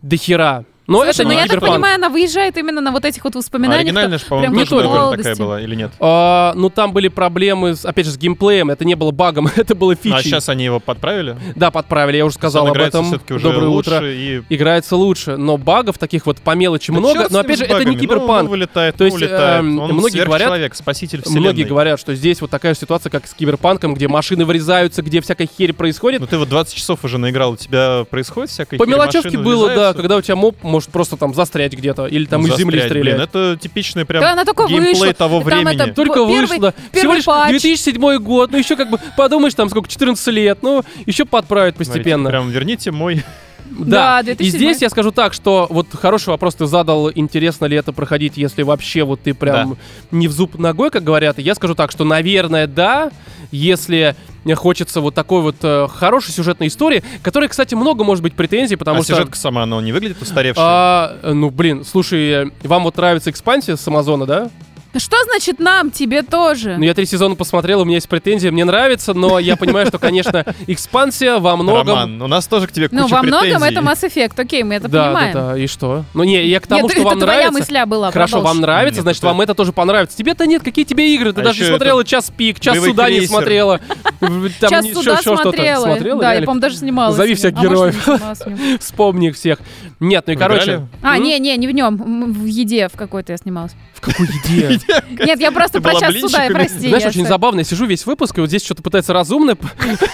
до хера. Но Слушай, это ну не я так киберпанк. понимаю, она выезжает именно на вот этих вот А воспоминаниях. оригинальная же, прям по-моему, не тоже только наверное, молодости. такая была, или нет? А, ну там были проблемы, с- опять же, с геймплеем. Это не было багом, это было фичей. А сейчас они его подправили? Да, подправили, я уже сказал Он об играется этом. все-таки уже Доброе лучше утро. и... Играется лучше, но багов таких вот по мелочи Да много. чёрт с Но ним, опять же, с это не багами. Ну, он киберпанк. вылетает, То то есть, есть, улетает. эм, Он многие говорят- человек, спаситель вселенной. Многие говорят, что здесь вот такая же ситуация, как с киберпанком, где машины врезаются, где всякая херь происходит. Ну ты вот 20 часов уже наиграл, у тебя происходит всякая По херь, мелочевке машины было, да, врезаются? когда у тебя моб может просто там застрять где-то, или там Ну, из земли застрять, стрелять. Блин, это типичный прям Да, она только геймплей вышла. того Там это времени. Только Первый- вышло. Всего первый лишь патч. 2007 год. Ну, еще как бы подумаешь, там сколько, 14 лет. Ну, еще подправят Смотрите, постепенно. Прям верните мой. Да, Да, и 2007. здесь я скажу так, что вот хороший вопрос ты задал, интересно ли это проходить, если вообще вот ты прям Да. не в зуб ногой, как говорят. Я скажу так, что, наверное, да, если мне хочется вот такой вот э, хорошей сюжетной истории, которой, кстати, много может быть претензий, потому а что... сюжетка сама, она не выглядит устаревшей. а, ну, блин, слушай, э, вам вот нравится экспансия с Амазона, да? Что значит нам, тебе тоже? Ну, я три сезона посмотрел, у меня есть претензии, мне нравится, но я понимаю, что, конечно, экспансия во многом... Роман, у нас тоже к тебе куча Ну, во многом претензий. это Mass Effect, окей, мы это да, понимаем. да, да, и что? Ну, не, я к тому, Нет, что это вам твоя нравится. мысля была. Хорошо, продолжь. вам нравится, Нет, значит, это- вам это тоже понравится. Тебе-то нет, какие тебе игры? Ты А даже не еще смотрела час пик, час «Боевой суда не крейсер». смотрела. В- там Сейчас еще- сюда еще что-то. смотрела. Смотрела, Да, я, реально? по-моему, даже снималась. Зови в всех нем. А может, героев. не снималась в нем. Вспомни их всех. Нет, ну и Вы короче. играли? А, М? не, не, не в нем. В еде в какой-то я снималась. В какой идее? Нет, я просто Ты про была час суда, я блинчиками? прости. Знаешь, я очень со- забавно, я сижу весь выпуск, и вот здесь что-то пытается разумно,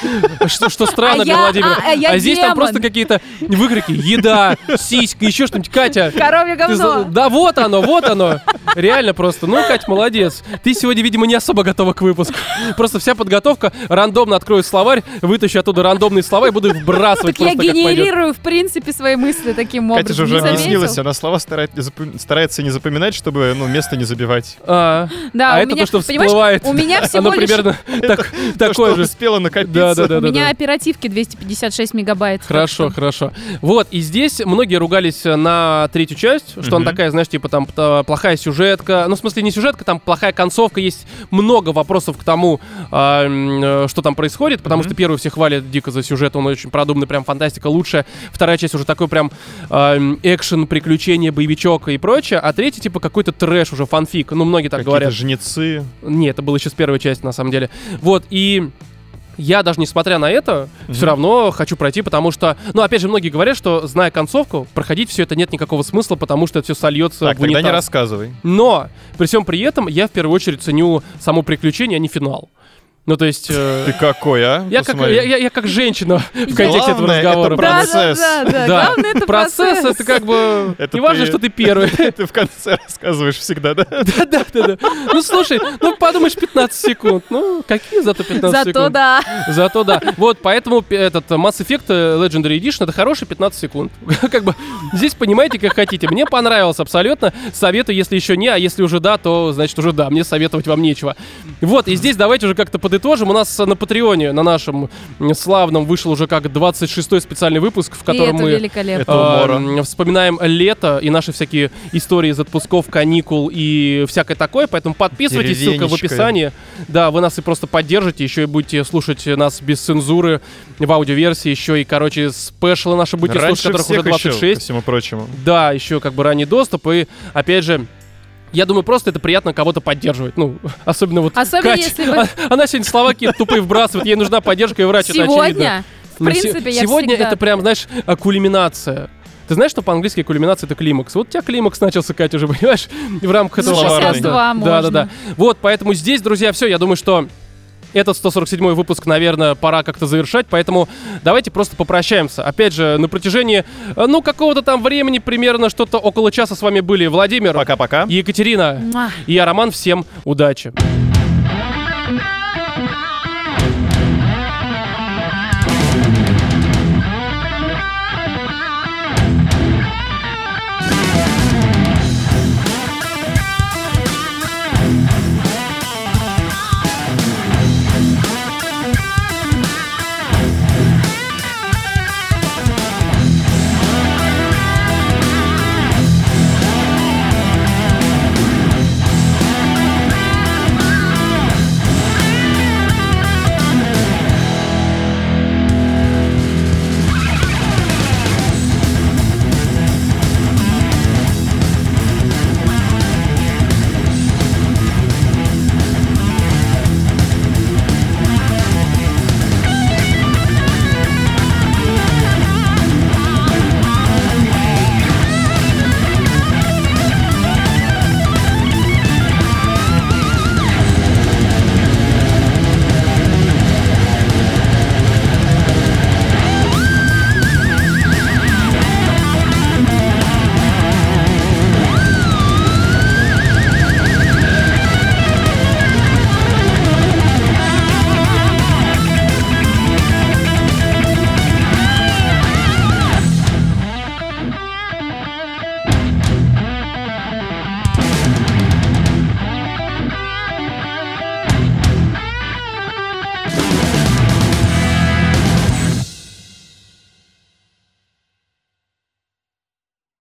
что что странно А для я- Владимира. а- а я здесь там демон. просто какие-то выкрики, еда, сиська, еще что-нибудь. Катя, Коровье Ты за- говно. Да вот оно, вот оно. Реально просто. Ну, Кать, молодец. Ты сегодня, видимо, не особо готова к выпуску. Просто вся подготовка. Рандомно открою словарь, вытащу оттуда рандомные слова и буду их вбрасывать Так я просто как пойдет. генерирую, в принципе, свои мысли таким образом. Катя же уже Не заметил? объяснилась, она слова старает- не запом- старается не запоминать, чтобы ну, место не забивать. А, Да, а у это то, меня- что понимаешь, всплывает. У меня всего Оно лишь... примерно так- То, что такое же. успела накопиться. Да, да, да, У да, меня да. оперативки 256 мегабайт. Хорошо, Так хорошо. Вот, и здесь многие ругались э, на третью часть, что она Мгм. такая, знаешь, типа там т- плохая сюжетка. Ну, в смысле, не сюжетка, там плохая концовка. Есть много вопросов к тому, а, м, э, что там происходит, потому Мгм. что первый все хвалят дико за сюжет, он очень продуманный, прям фантастика лучшая. Вторая часть уже такой прям а, м, экшен, приключения, боевичок и прочее. А третий, типа, какой-то трэш уже, фанфик. Ну, многие так Какие-то говорят. жнецы. Не, это было еще с первой части, на самом деле. Вот, и я даже несмотря на это, Мгм. все равно хочу пройти, потому что, ну, опять же, многие говорят, что, зная концовку, проходить все это нет никакого смысла, потому что это все сольется Так, в тогда унитаз. не рассказывай. Но, при всем при этом, я в первую очередь ценю само приключение, а не финал. Ну, то есть... э, Ты какой, а? Я как, я, Посмотри. я- я как женщина в контексте этого Главное, это разговора. про- Да, да, Процесс. да, да. Да. Главное, это Процесс, процесс. это как бы... Это не важно, ты- что ты первый. Ты в конце рассказываешь всегда, да? Да, да, да. Ну, слушай, ну, подумаешь, 15 секунд. Ну, какие зато 15 секунд? Зато да. Зато да. Вот, поэтому пи- этот э, Mass Effect э, Legendary Edition это хороший 15 секунд. Как бы здесь понимаете, как хотите. Мне понравилось абсолютно. Советую, если еще не, а если уже да, то значит уже да. Мне советовать вам нечего. Вот, и здесь давайте уже как-то подытожим. У нас э, на Патреоне, на нашем м, славном, вышел уже как 26-й специальный выпуск, в И котором это мы великолепно. Это умора. м, Эм, Вспоминаем лето и наши всякие истории из отпусков, каникул и всякое такое. Поэтому подписывайтесь, ссылка в Деревенечка. описании. Да, вы нас и просто поддержите, еще и будете слушать нас без цензуры в аудиоверсии, еще и, короче, спешлы наши будете слушать, Раньше которых уже всех еще, ко 26. всему прочему. Да, еще как бы ранний доступ и, опять же, я думаю, просто это приятно кого-то поддерживать. Ну, особенно вот Особенно Катя. если вы А- Она сегодня слова какие-то тупые вбрасывает, ей нужна поддержка и врач, это очевидно. сегодня... В Ну, се- принципе, я Сегодня всегда- это прям, знаешь, а, кульминация. Ты знаешь, что по-английски кульминация это климакс? Вот у тебя климакс начался, Катя, уже понимаешь? И В рамках этого сейчас подкаста. два Да, да, можно. да. Вот, поэтому здесь, друзья, все. Я думаю, что этот 147 выпуск, наверное, пора как-то завершать, поэтому давайте просто попрощаемся. Опять же, на протяжении, э, ну, какого-то там времени, примерно что-то около часа с вами были Владимир, Пока-пока. Екатерина Муа. и я, Роман. Всем удачи!